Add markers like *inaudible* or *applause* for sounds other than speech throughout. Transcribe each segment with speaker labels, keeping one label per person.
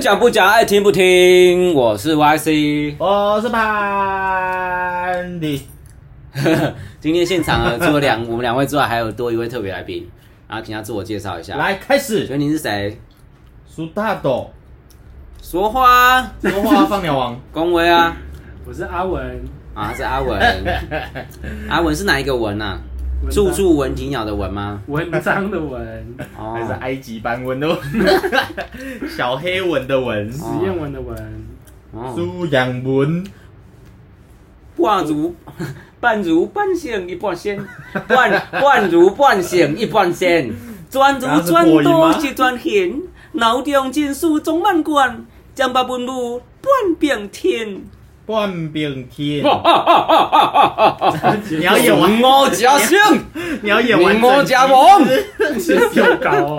Speaker 1: 讲不讲，爱听不听。我是 YC，
Speaker 2: 我是潘你
Speaker 1: *laughs* 今天现场啊，除了两我们两位之外，还有多一位特别来宾，然后请他自我介绍一下。，
Speaker 2: 来开
Speaker 1: 请
Speaker 2: 始。
Speaker 1: 问您是谁？
Speaker 2: 苏大斗，
Speaker 1: 说话啊，
Speaker 2: 说话放
Speaker 1: *laughs*
Speaker 2: 鸟王，
Speaker 1: 恭维啊，
Speaker 3: 我是阿文，
Speaker 1: 啊，他是阿文，阿文是哪一个文
Speaker 2: *laughs*
Speaker 1: 啊？
Speaker 3: 文章
Speaker 1: 处处闻啼鸟的闻吗？
Speaker 3: 文章的
Speaker 1: *laughs*
Speaker 3: 文，
Speaker 1: 哦
Speaker 2: 还是埃及斑纹的 *laughs* 纹小黑纹的纹，
Speaker 3: 实验文的文，
Speaker 1: 哦，
Speaker 2: 苏阳文，
Speaker 1: 半如半如半醒一半仙，半半如半醒一半仙，专如专多一专闲，脑中尽数总万贯，将把本路半边天。
Speaker 2: 半边天。
Speaker 3: 你
Speaker 2: 你要演完，
Speaker 1: 我家乡，
Speaker 2: 你要演完
Speaker 1: 我
Speaker 2: 整
Speaker 1: 家
Speaker 2: 集，
Speaker 1: 王，
Speaker 2: *laughs*
Speaker 3: 是有搞哦，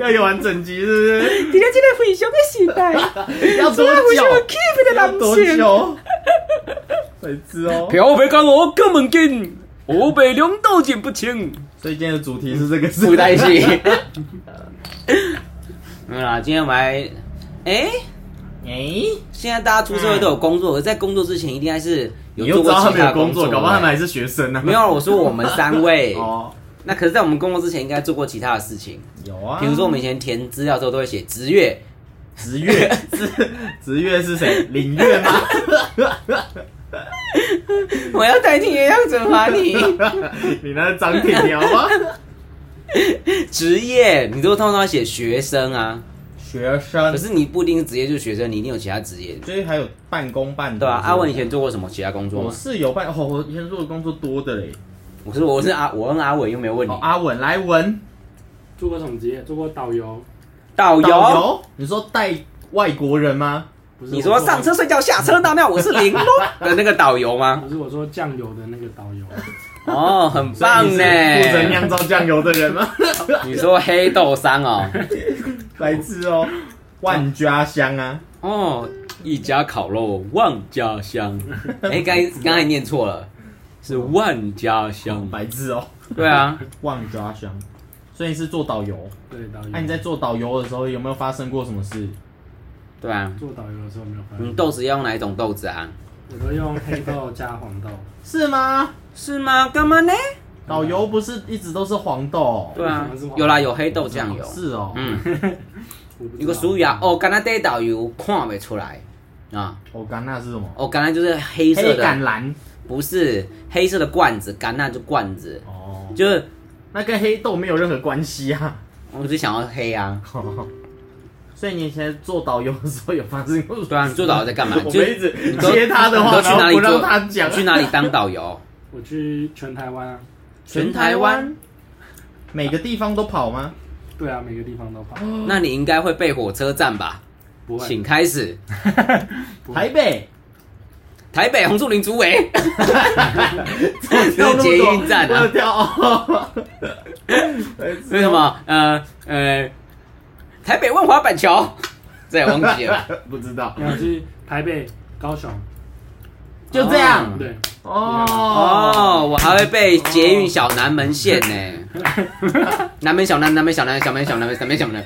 Speaker 2: 要演完整集
Speaker 1: *laughs*
Speaker 2: 是
Speaker 1: 伫咧这个非常的时代，
Speaker 2: 不是？要多
Speaker 1: 非常
Speaker 2: 久？
Speaker 1: keep 的
Speaker 2: 要
Speaker 1: 男
Speaker 2: 多
Speaker 1: 性，
Speaker 2: 久？ *laughs* 谁知哦？
Speaker 1: 漂白讲我根本紧，我被两道剪不清。
Speaker 2: 所以今天的主题是这个
Speaker 1: 不
Speaker 2: 是
Speaker 1: 在一起。
Speaker 2: *laughs*
Speaker 1: 没有嗯啊啦，今天我们来，哎、
Speaker 2: 哎。
Speaker 1: 现在大家出社会都有工作，而在工作之前一定还是有
Speaker 2: 嗯你
Speaker 1: 做
Speaker 2: 又知
Speaker 1: 过
Speaker 2: 道他
Speaker 1: 其
Speaker 2: 们有
Speaker 1: 工
Speaker 2: 工
Speaker 1: 作
Speaker 2: 作，
Speaker 1: 的，
Speaker 2: 搞不好他们还是学生呢、
Speaker 1: 没有，我说我们三位，
Speaker 2: *laughs* 哦，
Speaker 1: 那可是，在我们工作之前应该做过其他的事情，
Speaker 2: 有啊。
Speaker 1: 比如说我们以前填资料的时候都会写职业，*laughs*
Speaker 2: 职月，职职月是谁？领月吗？ *laughs*
Speaker 1: 我要代替原样惩罚
Speaker 2: *laughs*
Speaker 1: 你。
Speaker 2: 你那是张铁条吗？
Speaker 1: 职业，你都通常写学生啊，
Speaker 2: 学
Speaker 1: 可
Speaker 2: 生，
Speaker 1: 是你不一定是职业就是学生，你一定有其他职业，
Speaker 2: 所以还有半工半读。
Speaker 1: 对吧、啊？阿文以
Speaker 2: 以前
Speaker 1: 前做过什么其他工作
Speaker 2: 我
Speaker 1: 吗？
Speaker 2: 是有半，哦，我以前做的工作多的嘞。
Speaker 1: 我是我是阿我问阿文又没有问你
Speaker 2: 哦，，阿文来文
Speaker 3: 做过总结，做过导游，
Speaker 1: 导
Speaker 2: 导
Speaker 1: 游。
Speaker 2: 游，你说带外国人吗？
Speaker 3: 不是
Speaker 1: 你说上车，睡觉，下车大尿，我是
Speaker 2: *laughs*
Speaker 1: 玲珑的那个导游吗？
Speaker 3: 不是我说酱油的那个导
Speaker 1: *laughs*
Speaker 3: 游，
Speaker 1: 哦，很棒
Speaker 2: 所以你
Speaker 1: 呢
Speaker 2: 是负责。酿造酱油的
Speaker 1: *laughs*
Speaker 2: 人吗？
Speaker 1: 你说黑豆商哦，
Speaker 2: 来自哦，万家香啊，
Speaker 1: *laughs* 哦，一家烤肉万家香。 *laughs* 哎，刚刚才念错了，是万家香。
Speaker 2: 白字哦，
Speaker 1: 对啊，
Speaker 2: 万家香。所以你是做导游，
Speaker 3: 对导游。
Speaker 2: 啊那、你在做导游的时候有没有发生过什么事？
Speaker 1: 对啊。
Speaker 3: 做导游的时候没有发
Speaker 1: 你
Speaker 3: 现，
Speaker 1: 豆子要用哪一种豆子啊？
Speaker 3: 我都用黑豆 *laughs* 加黄豆，
Speaker 2: 是吗？
Speaker 1: 是吗？干嘛呢？
Speaker 2: 导游不是一直都是黄豆？
Speaker 1: 对啊
Speaker 3: 为什么是，黄
Speaker 1: 有啦，有黑豆酱油。
Speaker 2: 是哦，
Speaker 1: 嗯，
Speaker 3: 我不知道
Speaker 1: 有个俗语啊，哦，橄榄对导游看不出来啊，
Speaker 2: 哦，橄榄是什么？
Speaker 1: 哦，橄榄就是黑色
Speaker 2: 黑
Speaker 1: 的
Speaker 2: 橄榄。
Speaker 1: 不是黑色的罐子，橄榄就罐子，
Speaker 2: 哦，
Speaker 1: 就是
Speaker 2: 那跟黑豆没有任何关系啊。
Speaker 1: 我只想要黑啊。
Speaker 2: 所以你以前做导游的时候有发生过？
Speaker 1: 对啊，你做导游在干嘛？
Speaker 2: *laughs* 我
Speaker 1: 就
Speaker 2: 们一直
Speaker 1: 你都
Speaker 2: 接他的
Speaker 1: 你
Speaker 2: 话，
Speaker 1: 都去
Speaker 2: 然
Speaker 1: 哪
Speaker 2: 后
Speaker 1: 里
Speaker 2: 不
Speaker 1: 做？
Speaker 2: 让他讲
Speaker 1: 你。去哪里当导游？
Speaker 3: 我去全台湾啊，
Speaker 1: 全台湾？
Speaker 2: 每个地方都跑吗？
Speaker 3: 对啊，每个地方都跑，
Speaker 2: 嗯
Speaker 1: 那你应该会背火车站吧？
Speaker 3: 不会
Speaker 1: 请，开 *laughs* 始。
Speaker 3: 不
Speaker 2: 台
Speaker 3: 会，
Speaker 2: 北，
Speaker 1: 台北红树林竹 *laughs* 围， *laughs* 这是
Speaker 2: 跳那么
Speaker 1: 捷
Speaker 2: 多
Speaker 1: 运站
Speaker 2: 我
Speaker 1: 啊
Speaker 2: 的？跳哦。
Speaker 1: 为什么？呃呃，台北万华板桥，这也忘记了。
Speaker 2: *laughs* 不知道，
Speaker 3: 没有去台北、高雄，
Speaker 2: 就这样。
Speaker 1: 嗯
Speaker 3: 对，
Speaker 2: 哦
Speaker 1: 哦，我还会背捷运小南门线呢，南门小南，南门小南，小南小南，小南小南，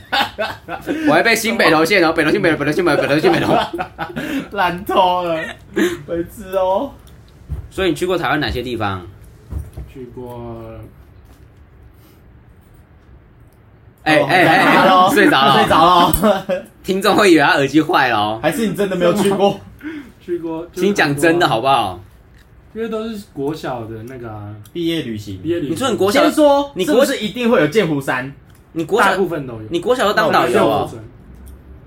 Speaker 1: 我还背新北投线哦，北投新北投，北投新北投，北投新北投。
Speaker 2: 烂透了，白痴哦。
Speaker 1: 所以你去过台湾哪些地方？
Speaker 3: 去过
Speaker 1: 哎
Speaker 2: 哦
Speaker 1: 哎哎
Speaker 2: 干嘛
Speaker 1: 哎，*laughs*
Speaker 2: 咯
Speaker 1: 睡着
Speaker 2: 睡
Speaker 1: 了，
Speaker 2: 着了， *laughs*
Speaker 1: 听众会以为他耳机坏了哦，
Speaker 2: 还是你真的没有去过？
Speaker 3: 去过，就是
Speaker 1: 请讲真的好不好？
Speaker 3: 因为都是国小的那个啊
Speaker 2: 毕业旅行
Speaker 3: 毕，业旅行，
Speaker 1: 你说你国小
Speaker 2: 先，说，
Speaker 1: 你
Speaker 2: 你
Speaker 1: 国
Speaker 2: 国是一定会有剑湖山？
Speaker 1: 你国
Speaker 3: 大
Speaker 1: 小
Speaker 3: 部，分都有，
Speaker 1: 你国小都当导游
Speaker 2: 啊
Speaker 1: 哦，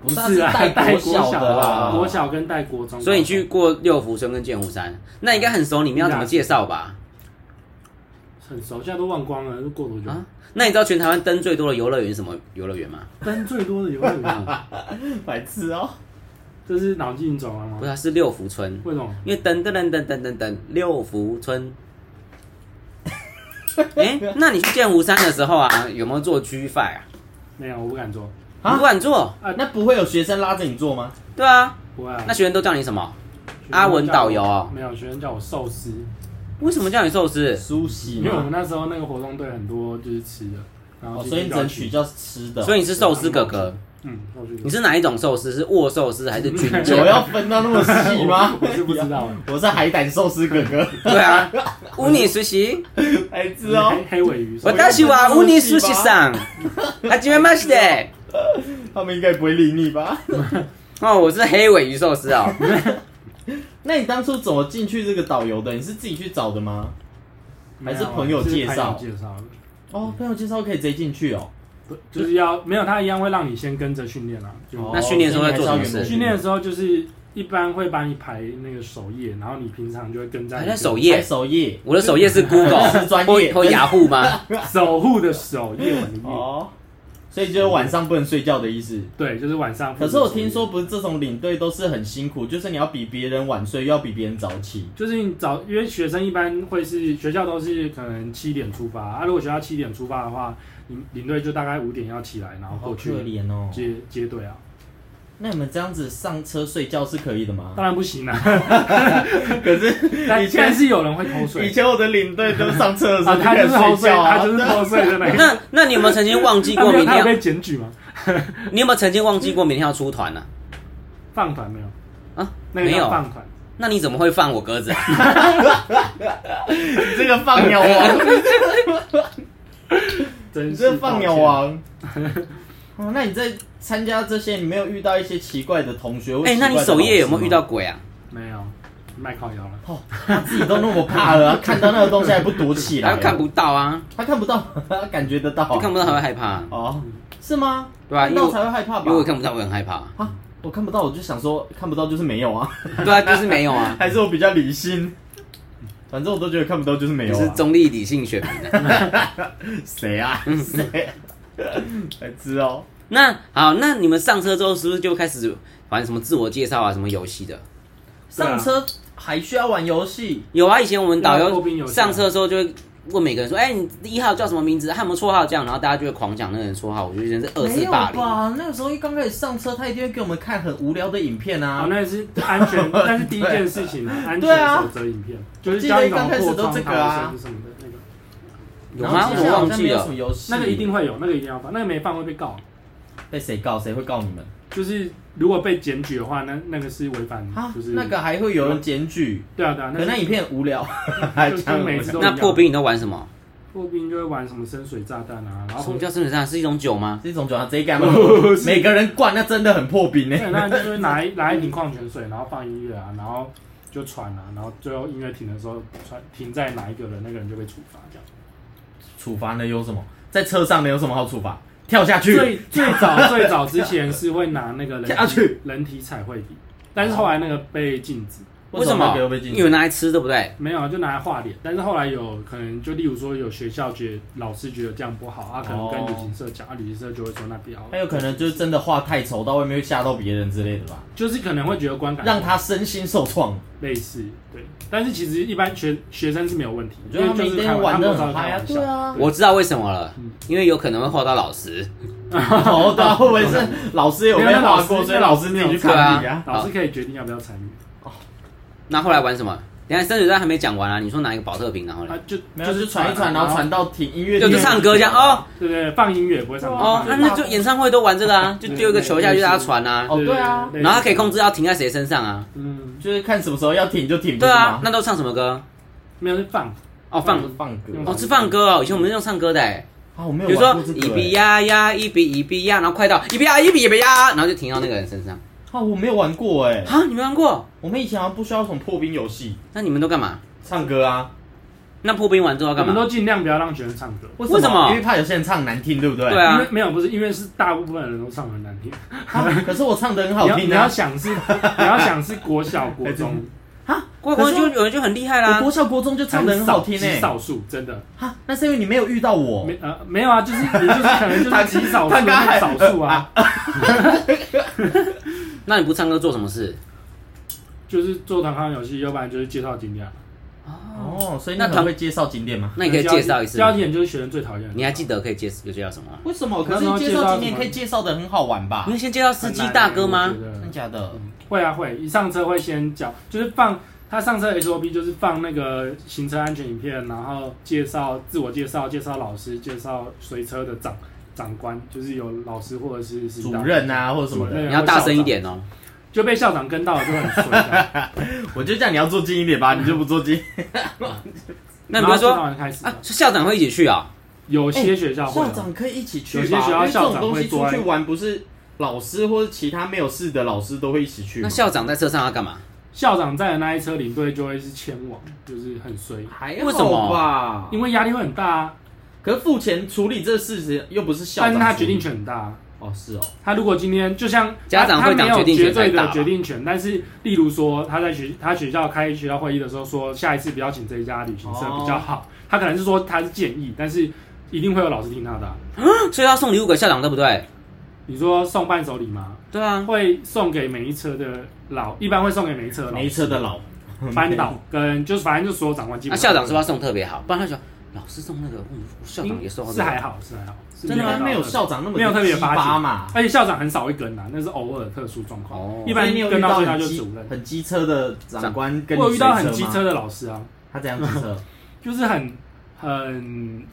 Speaker 2: 不
Speaker 3: 是啊，
Speaker 2: *laughs*
Speaker 3: 带
Speaker 2: 带
Speaker 3: 小
Speaker 2: 的啦，
Speaker 3: 国小跟带国中，
Speaker 1: 所以你去过六福村跟剑湖山，那应该很熟，你们要怎么介绍吧？
Speaker 3: 很熟，现在都忘光了，都过多久？
Speaker 1: 啊，那你知道全台湾灯最多的游乐园是什么游乐园吗？
Speaker 3: 灯最多的游乐园，
Speaker 2: *laughs* 白痴哦。
Speaker 3: *laughs* 这是脑筋走了吗
Speaker 1: 不是，？它是六福村，
Speaker 3: 为什么？
Speaker 1: 因为噔噔噔噔噔噔噔六福村。
Speaker 3: *laughs*
Speaker 1: 哎、那你去剑湖山的时候啊，有没有做 G f 啊？
Speaker 3: 没有，我不敢做，
Speaker 2: 啊
Speaker 1: 你不敢做，
Speaker 2: 那不会有学生拉着你做吗？
Speaker 1: 对啊。
Speaker 3: 不会啊。
Speaker 1: 那学生都叫你什么？
Speaker 3: 学生
Speaker 1: 阿文导游
Speaker 3: 叫我
Speaker 1: 哦
Speaker 3: 没有，学生叫我寿司，
Speaker 1: 为什么叫你寿司？
Speaker 2: 梳洗
Speaker 3: 因为我
Speaker 2: 嘛
Speaker 3: 们，那时候那个活动队很多就是吃的，然后
Speaker 2: 哦
Speaker 3: 就
Speaker 2: 所以你只能取
Speaker 3: 去
Speaker 2: *laughs* 叫吃的哦。
Speaker 1: 所以你是寿司哥哥。
Speaker 3: 嗯，我去？
Speaker 1: 你是哪一种寿司？是握寿司还是军
Speaker 2: 有
Speaker 1: 舰？
Speaker 2: 要分到那么细吗
Speaker 3: *laughs* 我是不知道哎，
Speaker 2: 我是海胆寿司哥
Speaker 3: *laughs*
Speaker 2: 哥，
Speaker 1: 对啊，乌尼寿司，
Speaker 2: 孩子哦，
Speaker 3: 黑黑尾鱼是吧，
Speaker 1: 我当时啊は乌尼寿司
Speaker 2: *laughs*
Speaker 1: さん。啊，今天まして。
Speaker 2: 他们应该不会理你吧？
Speaker 1: 哦，我是黑尾鱼寿司哦。
Speaker 2: 那你当初怎么进去这个导游的？你是自己去找的吗？
Speaker 3: 没有
Speaker 2: 还是朋友介绍
Speaker 3: 是朋友介绍的，
Speaker 2: 哦，朋友介绍可以直接进去哦。
Speaker 3: 不就是要没有他一样会让你先跟着训练啊，就
Speaker 2: 哦
Speaker 1: 那训练的时候在做什么事
Speaker 3: 训练的时候就是一般会帮你排那个首页，然后你平常就会跟在
Speaker 1: 还
Speaker 3: 你
Speaker 1: 在啊
Speaker 3: 的
Speaker 1: 首
Speaker 2: 夜
Speaker 1: 页，
Speaker 2: 首页
Speaker 1: 我的首页是 Google
Speaker 2: 是专
Speaker 1: 或
Speaker 2: 业
Speaker 1: 或雅虎
Speaker 2: *laughs*
Speaker 1: 吗？
Speaker 3: 守护的守夜晚的夜，
Speaker 2: 哦，所以就是晚上不能睡觉的意思。
Speaker 3: 对，就是晚上。
Speaker 2: 可是我听说，不是这种领队都是很辛苦，就是你要比别人晚睡，又要比别人早起。
Speaker 3: 就是你早，因为学生一般会是学校都是可能七点出发啊，如果学校七点出发的话，领领队就大概五点要起来，然后
Speaker 2: 好
Speaker 3: 过去
Speaker 2: 可怜哦。
Speaker 3: 接接队啊，
Speaker 2: 那你们这样子上车睡觉是可以的 *laughs* 吗？
Speaker 3: 当然不行啊。可是但现在是有人会偷睡
Speaker 2: 以前我的领队都上车的时
Speaker 3: 啊，
Speaker 2: 候
Speaker 3: 他就是偷
Speaker 2: 偷
Speaker 3: 睡，
Speaker 2: 睡觉 *laughs* 啊，
Speaker 3: 他就是偷睡的那个。
Speaker 1: 那那你有没有曾经忘 *laughs* 记
Speaker 3: 他
Speaker 1: 过
Speaker 3: 没有
Speaker 1: 明
Speaker 2: *laughs*
Speaker 3: 他有
Speaker 1: 天要？
Speaker 3: 被检举吗？
Speaker 1: 你有没有曾经忘记过明天要出团呢、
Speaker 3: 放团没有？
Speaker 1: 啊，
Speaker 3: 那个
Speaker 1: 没
Speaker 3: 叫
Speaker 1: 有。
Speaker 3: 放团，
Speaker 1: 那你怎么会放我鸽子、啊？
Speaker 2: 你这个放鸟 *laughs* 王，
Speaker 3: 真
Speaker 2: 你
Speaker 3: 是
Speaker 2: 这个放鸟王。哦，那你在参加这些，你没有遇到一些奇怪的同学？
Speaker 1: 哎、那你首页有没有遇到
Speaker 2: 过？
Speaker 1: 鬼啊？
Speaker 3: 没有，卖靠腰了。
Speaker 2: 哦，他自己都那么
Speaker 1: *laughs*
Speaker 2: 怕了，他看到那个东西还不躲起来
Speaker 1: 他，看不到啊，
Speaker 2: 他看不到，他感觉得到，
Speaker 1: 就看不到他会害怕、啊，
Speaker 2: 哦，是吗？
Speaker 1: 对啊
Speaker 2: 看到才会害怕吧？
Speaker 1: 因为我看不到，我很害怕、啊。
Speaker 2: 啊，我看不到，我就想说看不到就是没有啊， *laughs*
Speaker 1: 对啊，就是没有啊，
Speaker 2: 还是我比较理性。反正我都觉得看不到就是 *laughs* 没
Speaker 1: 就
Speaker 2: 有、
Speaker 1: 是
Speaker 2: 啊。
Speaker 1: 中立理性选民、啊。
Speaker 2: 谁啊？
Speaker 1: 嗯
Speaker 2: 谁？ *laughs* 才知哦。
Speaker 1: 那好，那你们上车之后是不是就开始玩什么自我介绍啊，什么游戏的？
Speaker 3: 对啊
Speaker 2: 上车还需要玩游戏，
Speaker 1: 有啊，以前我们导
Speaker 3: 对啊破冰游
Speaker 1: 游
Speaker 3: 戏啊
Speaker 1: 上车的时候就会问每个人说：“哎、你一号叫什么名字？还有没有绰号？”这样，然后大家就会狂讲那个人绰号，我就觉得是二
Speaker 2: 没
Speaker 1: 四
Speaker 2: 有
Speaker 1: 霸凌。
Speaker 2: 吧？那个时候一刚开始上车，他一定会给我们看很无聊的影片
Speaker 3: 好，
Speaker 2: 啊。
Speaker 3: 哦那是
Speaker 2: *laughs*
Speaker 3: 安全，但是第一件事情呢，安
Speaker 2: 对啊
Speaker 3: 全守则影片就是教你怎么
Speaker 2: 记得一刚
Speaker 3: 破窗
Speaker 2: 开始都这个啊
Speaker 3: 逃生什么的那个，
Speaker 1: 有
Speaker 2: 然
Speaker 1: 吗？
Speaker 2: 后接
Speaker 1: 我
Speaker 2: 下来好
Speaker 1: 忘
Speaker 2: 像
Speaker 1: 记
Speaker 2: 没有
Speaker 1: 了
Speaker 2: 什么。游戏，
Speaker 3: 那个一定会有，那个一定要放，那个没放会被告。
Speaker 2: 被谁告？谁会告你们
Speaker 3: 就是如果被检举的话，那那个是违反
Speaker 2: 啊，？
Speaker 3: 就是
Speaker 2: 那个还会有人检举，
Speaker 3: 对啊对啊，
Speaker 2: 可
Speaker 3: 那
Speaker 2: 那
Speaker 3: 是
Speaker 2: 影片很无聊， *laughs*
Speaker 3: 就
Speaker 2: 讲
Speaker 3: 就
Speaker 2: 无
Speaker 3: 每
Speaker 2: 聊
Speaker 3: 次都一
Speaker 1: 那
Speaker 3: 样
Speaker 1: 破冰你都玩什么？
Speaker 3: 破冰就会玩什么深水炸弹
Speaker 2: *laughs*
Speaker 3: 啊，然后
Speaker 1: 什么叫生水上是一种酒吗？
Speaker 2: 这种酒他直接
Speaker 3: *laughs*
Speaker 2: 干嘛？每个人灌，那真的很破冰呢。欸 *laughs*
Speaker 3: 对，那就是拿一拿一瓶矿泉水，然后放音乐啊，然后就喘啊，然后最后音乐停的时候，喘停在哪一个人，那个人就被处罚这样。
Speaker 2: 处罚呢有什么？在车上呢有什么好处罚？跳下去，
Speaker 3: 最最早最早之前是会拿那个人
Speaker 2: 下去
Speaker 3: 体人体彩绘笔，但是后来那个被禁止，
Speaker 1: 为什么
Speaker 2: 给我被？禁
Speaker 1: 因为
Speaker 2: 止？
Speaker 1: 拿来吃，对不对？
Speaker 3: 没有啊就拿来画脸。但是后来有可能就例如说有学校觉得老师觉得这样不好啊，可能跟
Speaker 2: 哦
Speaker 3: 旅行社讲，啊旅行社就会说那不要，
Speaker 2: 还有可能就是真的话太丑，到外面会吓到别人之类的吧，
Speaker 3: *laughs* 就是可能会觉得观感
Speaker 2: 让他身心受创。
Speaker 3: 类似对，但是其实一般学学生是没有问题，
Speaker 2: 我觉得他
Speaker 3: 因为
Speaker 2: 们
Speaker 3: 就
Speaker 2: 一
Speaker 3: 是开
Speaker 2: 定
Speaker 3: 玩
Speaker 2: 啊玩
Speaker 3: 他们
Speaker 2: 的
Speaker 3: 都知道
Speaker 2: 很
Speaker 3: 是开
Speaker 2: 嗨啊
Speaker 3: 玩，笑
Speaker 2: 对啊。
Speaker 1: 我知道为什么了
Speaker 3: 嗯，
Speaker 1: 因为有可能会画到老师。
Speaker 2: 哦，对啊，会不会是老师有
Speaker 3: 没
Speaker 2: 被
Speaker 3: 有那老
Speaker 2: 划
Speaker 3: 师
Speaker 2: 过，所以老师自己去
Speaker 1: 那
Speaker 2: 看
Speaker 1: 老
Speaker 2: 你
Speaker 1: 师
Speaker 2: 啊？
Speaker 3: 老师可以决定要不要参与。
Speaker 1: 那后来玩什么？等一下深水战还没讲完啊！你说拿一个保特瓶，然后呢
Speaker 3: 啊？，就
Speaker 2: 没有，
Speaker 3: 就
Speaker 2: 就是
Speaker 3: 是
Speaker 2: 传一传，然后，传到停音乐，
Speaker 1: 就就唱歌这样哦。
Speaker 3: 对对，放音乐也不会唱歌。
Speaker 1: 哦，
Speaker 3: 放
Speaker 1: 啊
Speaker 3: 音乐
Speaker 1: 那就演唱会都玩这个
Speaker 2: 嗯
Speaker 1: 啊，就丢一个球下去，大家传啊，
Speaker 2: 哦对啊
Speaker 1: 然后他可以控，制要停在谁身上啊。
Speaker 3: 嗯，
Speaker 2: 就是看什么时候要停就停，
Speaker 1: 对啊，
Speaker 2: 不是吗
Speaker 1: 那都唱什么歌？
Speaker 3: 没有是放，
Speaker 1: 哦，放
Speaker 2: 就是放歌
Speaker 3: 用
Speaker 1: 哦是放歌哦，以前我们是用唱歌的哎。
Speaker 2: 啊，我没
Speaker 1: 比
Speaker 2: 有
Speaker 1: 如说
Speaker 2: 玩过这
Speaker 1: 一
Speaker 2: 个
Speaker 1: 比
Speaker 2: 欸
Speaker 1: 呀呀，一比一比呀，然后快到一比呀一比一比呀，然后就停到那个人身上。
Speaker 2: 啊，我没有玩过哎，
Speaker 1: 啊，你没玩过？
Speaker 2: 我们以前好像不需要什么破冰游戏，
Speaker 1: 那你们都干嘛？
Speaker 2: 唱歌啊，
Speaker 1: 那破冰完之后
Speaker 3: 我
Speaker 1: 要干
Speaker 3: 们
Speaker 1: 嘛？
Speaker 3: 都尽量不要让学生唱歌。
Speaker 2: 为
Speaker 1: 为什么
Speaker 2: 因为怕有些人唱难听，对不对？
Speaker 1: 对啊
Speaker 3: 因为没有不是，因为是大部分人都唱得很难听。
Speaker 2: 啊 *laughs* 可是我唱的很好
Speaker 3: 你要
Speaker 2: 听
Speaker 3: 你要
Speaker 2: 啊！
Speaker 3: 想是，你要想是
Speaker 1: *laughs*
Speaker 3: 国小国中，
Speaker 1: 哎
Speaker 2: 啊，
Speaker 1: 过关
Speaker 2: 可是
Speaker 1: 就有人就很厉害
Speaker 2: 我
Speaker 1: 啦
Speaker 2: 国。小国中就唱的很
Speaker 3: 少
Speaker 2: 好听
Speaker 3: 极
Speaker 1: 欸
Speaker 2: 诶。
Speaker 3: 少数真的
Speaker 2: 啊，那是因为你没有遇到
Speaker 1: 哦
Speaker 2: 我。
Speaker 3: 没呃没有啊，就是你就是可能就是极少数
Speaker 2: 他刚才
Speaker 3: 少
Speaker 1: *laughs*
Speaker 3: 数啊，
Speaker 1: 那你不唱歌做什么事？
Speaker 3: 就是做团康游戏，要不然就是介绍景点啊。
Speaker 1: 哦，
Speaker 2: 哦，所以你
Speaker 1: 那他
Speaker 2: 很会介绍景点吗？
Speaker 1: 那你可以
Speaker 3: 呃
Speaker 1: 介绍一次
Speaker 3: 第
Speaker 1: 吗
Speaker 3: 二。点就是学生最讨厌的。
Speaker 1: 你还记得可以介有介绍什么吗？
Speaker 2: 为什么？
Speaker 3: 可
Speaker 2: 可
Speaker 3: 是
Speaker 2: 是
Speaker 3: 介
Speaker 2: 介
Speaker 3: 绍
Speaker 2: 绍
Speaker 3: 景
Speaker 2: 景
Speaker 3: 点
Speaker 2: 点
Speaker 3: 可
Speaker 2: 可
Speaker 3: 以
Speaker 2: 以介绍的很好玩吧
Speaker 3: 啊
Speaker 1: 你？会先介绍司机大哥
Speaker 3: 很
Speaker 1: 吗
Speaker 3: 难？欸？我觉
Speaker 2: 真
Speaker 3: 得
Speaker 2: 假的？
Speaker 3: 会啊会，一上车会先讲，就是放他上车 SOP 就是放那个行车安全影片，然后介绍自我介绍，介绍老师，介绍随车的长长官，就是有老师或者是是
Speaker 2: 主任啊或者什么
Speaker 3: 主
Speaker 2: 的，
Speaker 3: 任
Speaker 1: 你要大声一点哦。
Speaker 3: 就被校长跟到了就很衰这样。
Speaker 2: 我就叫你要做近一点
Speaker 3: 嗯
Speaker 2: 吧，你就不做近。
Speaker 1: 那比如
Speaker 3: 然后
Speaker 1: 说
Speaker 3: 校长开始
Speaker 1: 啊，校长会一起去啊？
Speaker 3: 有些学校会
Speaker 2: 哎校
Speaker 3: 啊，
Speaker 2: 长可以一起去
Speaker 3: 有些
Speaker 2: 吧，
Speaker 3: 学校
Speaker 2: 因为这
Speaker 3: 校
Speaker 2: 种
Speaker 3: 长
Speaker 2: 东西
Speaker 3: 会坐
Speaker 2: 出
Speaker 3: 在
Speaker 2: 去玩不是老师或者其他没有事的老师都会一起去
Speaker 1: 那？
Speaker 2: 吗
Speaker 1: 校长在车上要干嘛？
Speaker 3: 校长在的那一车领队就会是前往，就是很衰，
Speaker 2: 还
Speaker 1: 为什么
Speaker 2: 好吧？
Speaker 3: 因为压力会很大啊，
Speaker 2: 可是付钱处理这事情又不是校
Speaker 3: 但
Speaker 2: 长处理，
Speaker 3: 是他决定权很大啊。
Speaker 2: 哦是哦，
Speaker 3: 他如果今天就像
Speaker 1: 家长
Speaker 3: 他
Speaker 1: 会
Speaker 3: 他
Speaker 1: 讲
Speaker 3: 没有
Speaker 1: 决定权
Speaker 3: 绝对
Speaker 1: 才大
Speaker 3: 的
Speaker 1: 吧
Speaker 3: 决定权，但是例如说他在学他学校开学校会议的时候说下一次不要请这一家旅行社
Speaker 2: 哦
Speaker 3: 比较好，他可能是说他是建议，但是一定会有老师听他的啊。
Speaker 1: 所以要送礼物给校长，对不对？
Speaker 3: 你说送伴手礼吗？
Speaker 1: 对啊，
Speaker 3: 会送给每一车的老，一般会送给每一车的老
Speaker 2: 没车的老
Speaker 3: 班导跟就是反正就所有长官基
Speaker 1: 那
Speaker 3: 本
Speaker 1: 啊校
Speaker 3: 上
Speaker 1: 长
Speaker 3: 都会。
Speaker 1: 是不是要送特别好？不然他就老师送那个，嗯校长也送，
Speaker 3: 是还好是还好，是
Speaker 2: 真的吗？没有
Speaker 3: 特别
Speaker 2: 校长那么
Speaker 3: 没有特别
Speaker 2: 鸡
Speaker 3: 发
Speaker 2: 巴
Speaker 3: 起
Speaker 2: 嘛，
Speaker 3: 而且校长很少会跟啊，那是偶尔特殊状况。
Speaker 1: 哦
Speaker 3: 一般
Speaker 2: 你有遇
Speaker 3: 跟到最
Speaker 2: 很
Speaker 3: 后就
Speaker 2: 机
Speaker 3: 主任。
Speaker 2: 很机车的长官跟你
Speaker 3: 我有遇到很
Speaker 2: 随
Speaker 3: 机
Speaker 2: 吗
Speaker 3: 车，的老师啊，
Speaker 2: 他怎样机车？
Speaker 3: 就是很很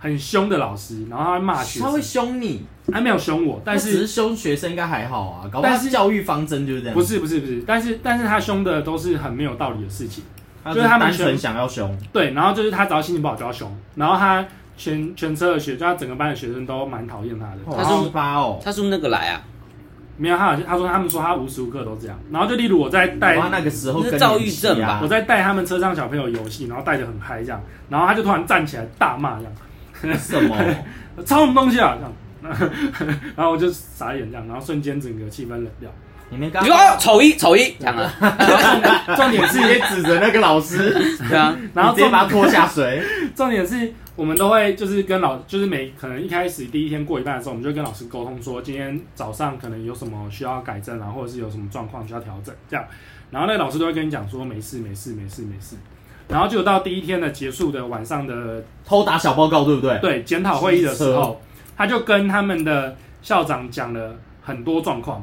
Speaker 3: 很凶的老师，然后他会骂学
Speaker 2: 他会
Speaker 3: 生，
Speaker 2: 凶你，
Speaker 3: 他没有凶我，但
Speaker 2: 那只
Speaker 3: 是
Speaker 2: 是凶学生应该还好啊，搞不好
Speaker 3: 但
Speaker 2: 他
Speaker 3: 是
Speaker 2: 教育方针就是这样，
Speaker 3: 不是不是不是，但是但是他凶的都是很没有道理的事情。
Speaker 2: 只
Speaker 3: 就是他们
Speaker 2: 单纯
Speaker 3: 全
Speaker 2: 想要凶，
Speaker 3: 对，然后就是他只要心情不好就要凶，然后他全全车的学，就他整个班的学生都蛮讨厌他的。
Speaker 1: 他说
Speaker 2: 鸡巴哦，
Speaker 1: 他是不是那个来啊？
Speaker 3: 没有，他好像他说他们说他无时无刻都这样。然后就例如我在带
Speaker 2: 我妈那个时候
Speaker 1: 那是
Speaker 2: 更
Speaker 1: 躁郁
Speaker 2: 年期
Speaker 1: 症
Speaker 2: 啊
Speaker 1: 吧
Speaker 3: 我在带他们车上小朋友游戏，然后带的很嗨这样，然后他就突然站起来大骂这样，
Speaker 2: *laughs* 什
Speaker 3: *laughs*
Speaker 2: 么？
Speaker 3: 抄什么东西啊这样， *laughs* 然后我就傻眼这样，然后瞬间整个气氛冷掉。
Speaker 2: 你们刚
Speaker 1: 你说哦，
Speaker 3: 啊
Speaker 1: 丑一丑一，这样啊？
Speaker 3: *laughs*
Speaker 2: 重点是 *laughs* 也指着那个老师，
Speaker 1: 对啊，
Speaker 3: 然后
Speaker 2: 你直接
Speaker 3: 重
Speaker 2: 把他拖下水。
Speaker 3: 重点是我们都会就是跟老就是每可能一开始第一天过一半的时候，我们就跟老师沟通说今天早上可能有什么需要改正啊，或者是有什么状况需要调整这样。然后那个老师都会跟你讲说没事没事没事没事。然后就到第一天的结束的晚上的
Speaker 2: 偷打小报告，对不对？
Speaker 3: 对检讨会议的时候，他就跟他们的校长讲了很多状况，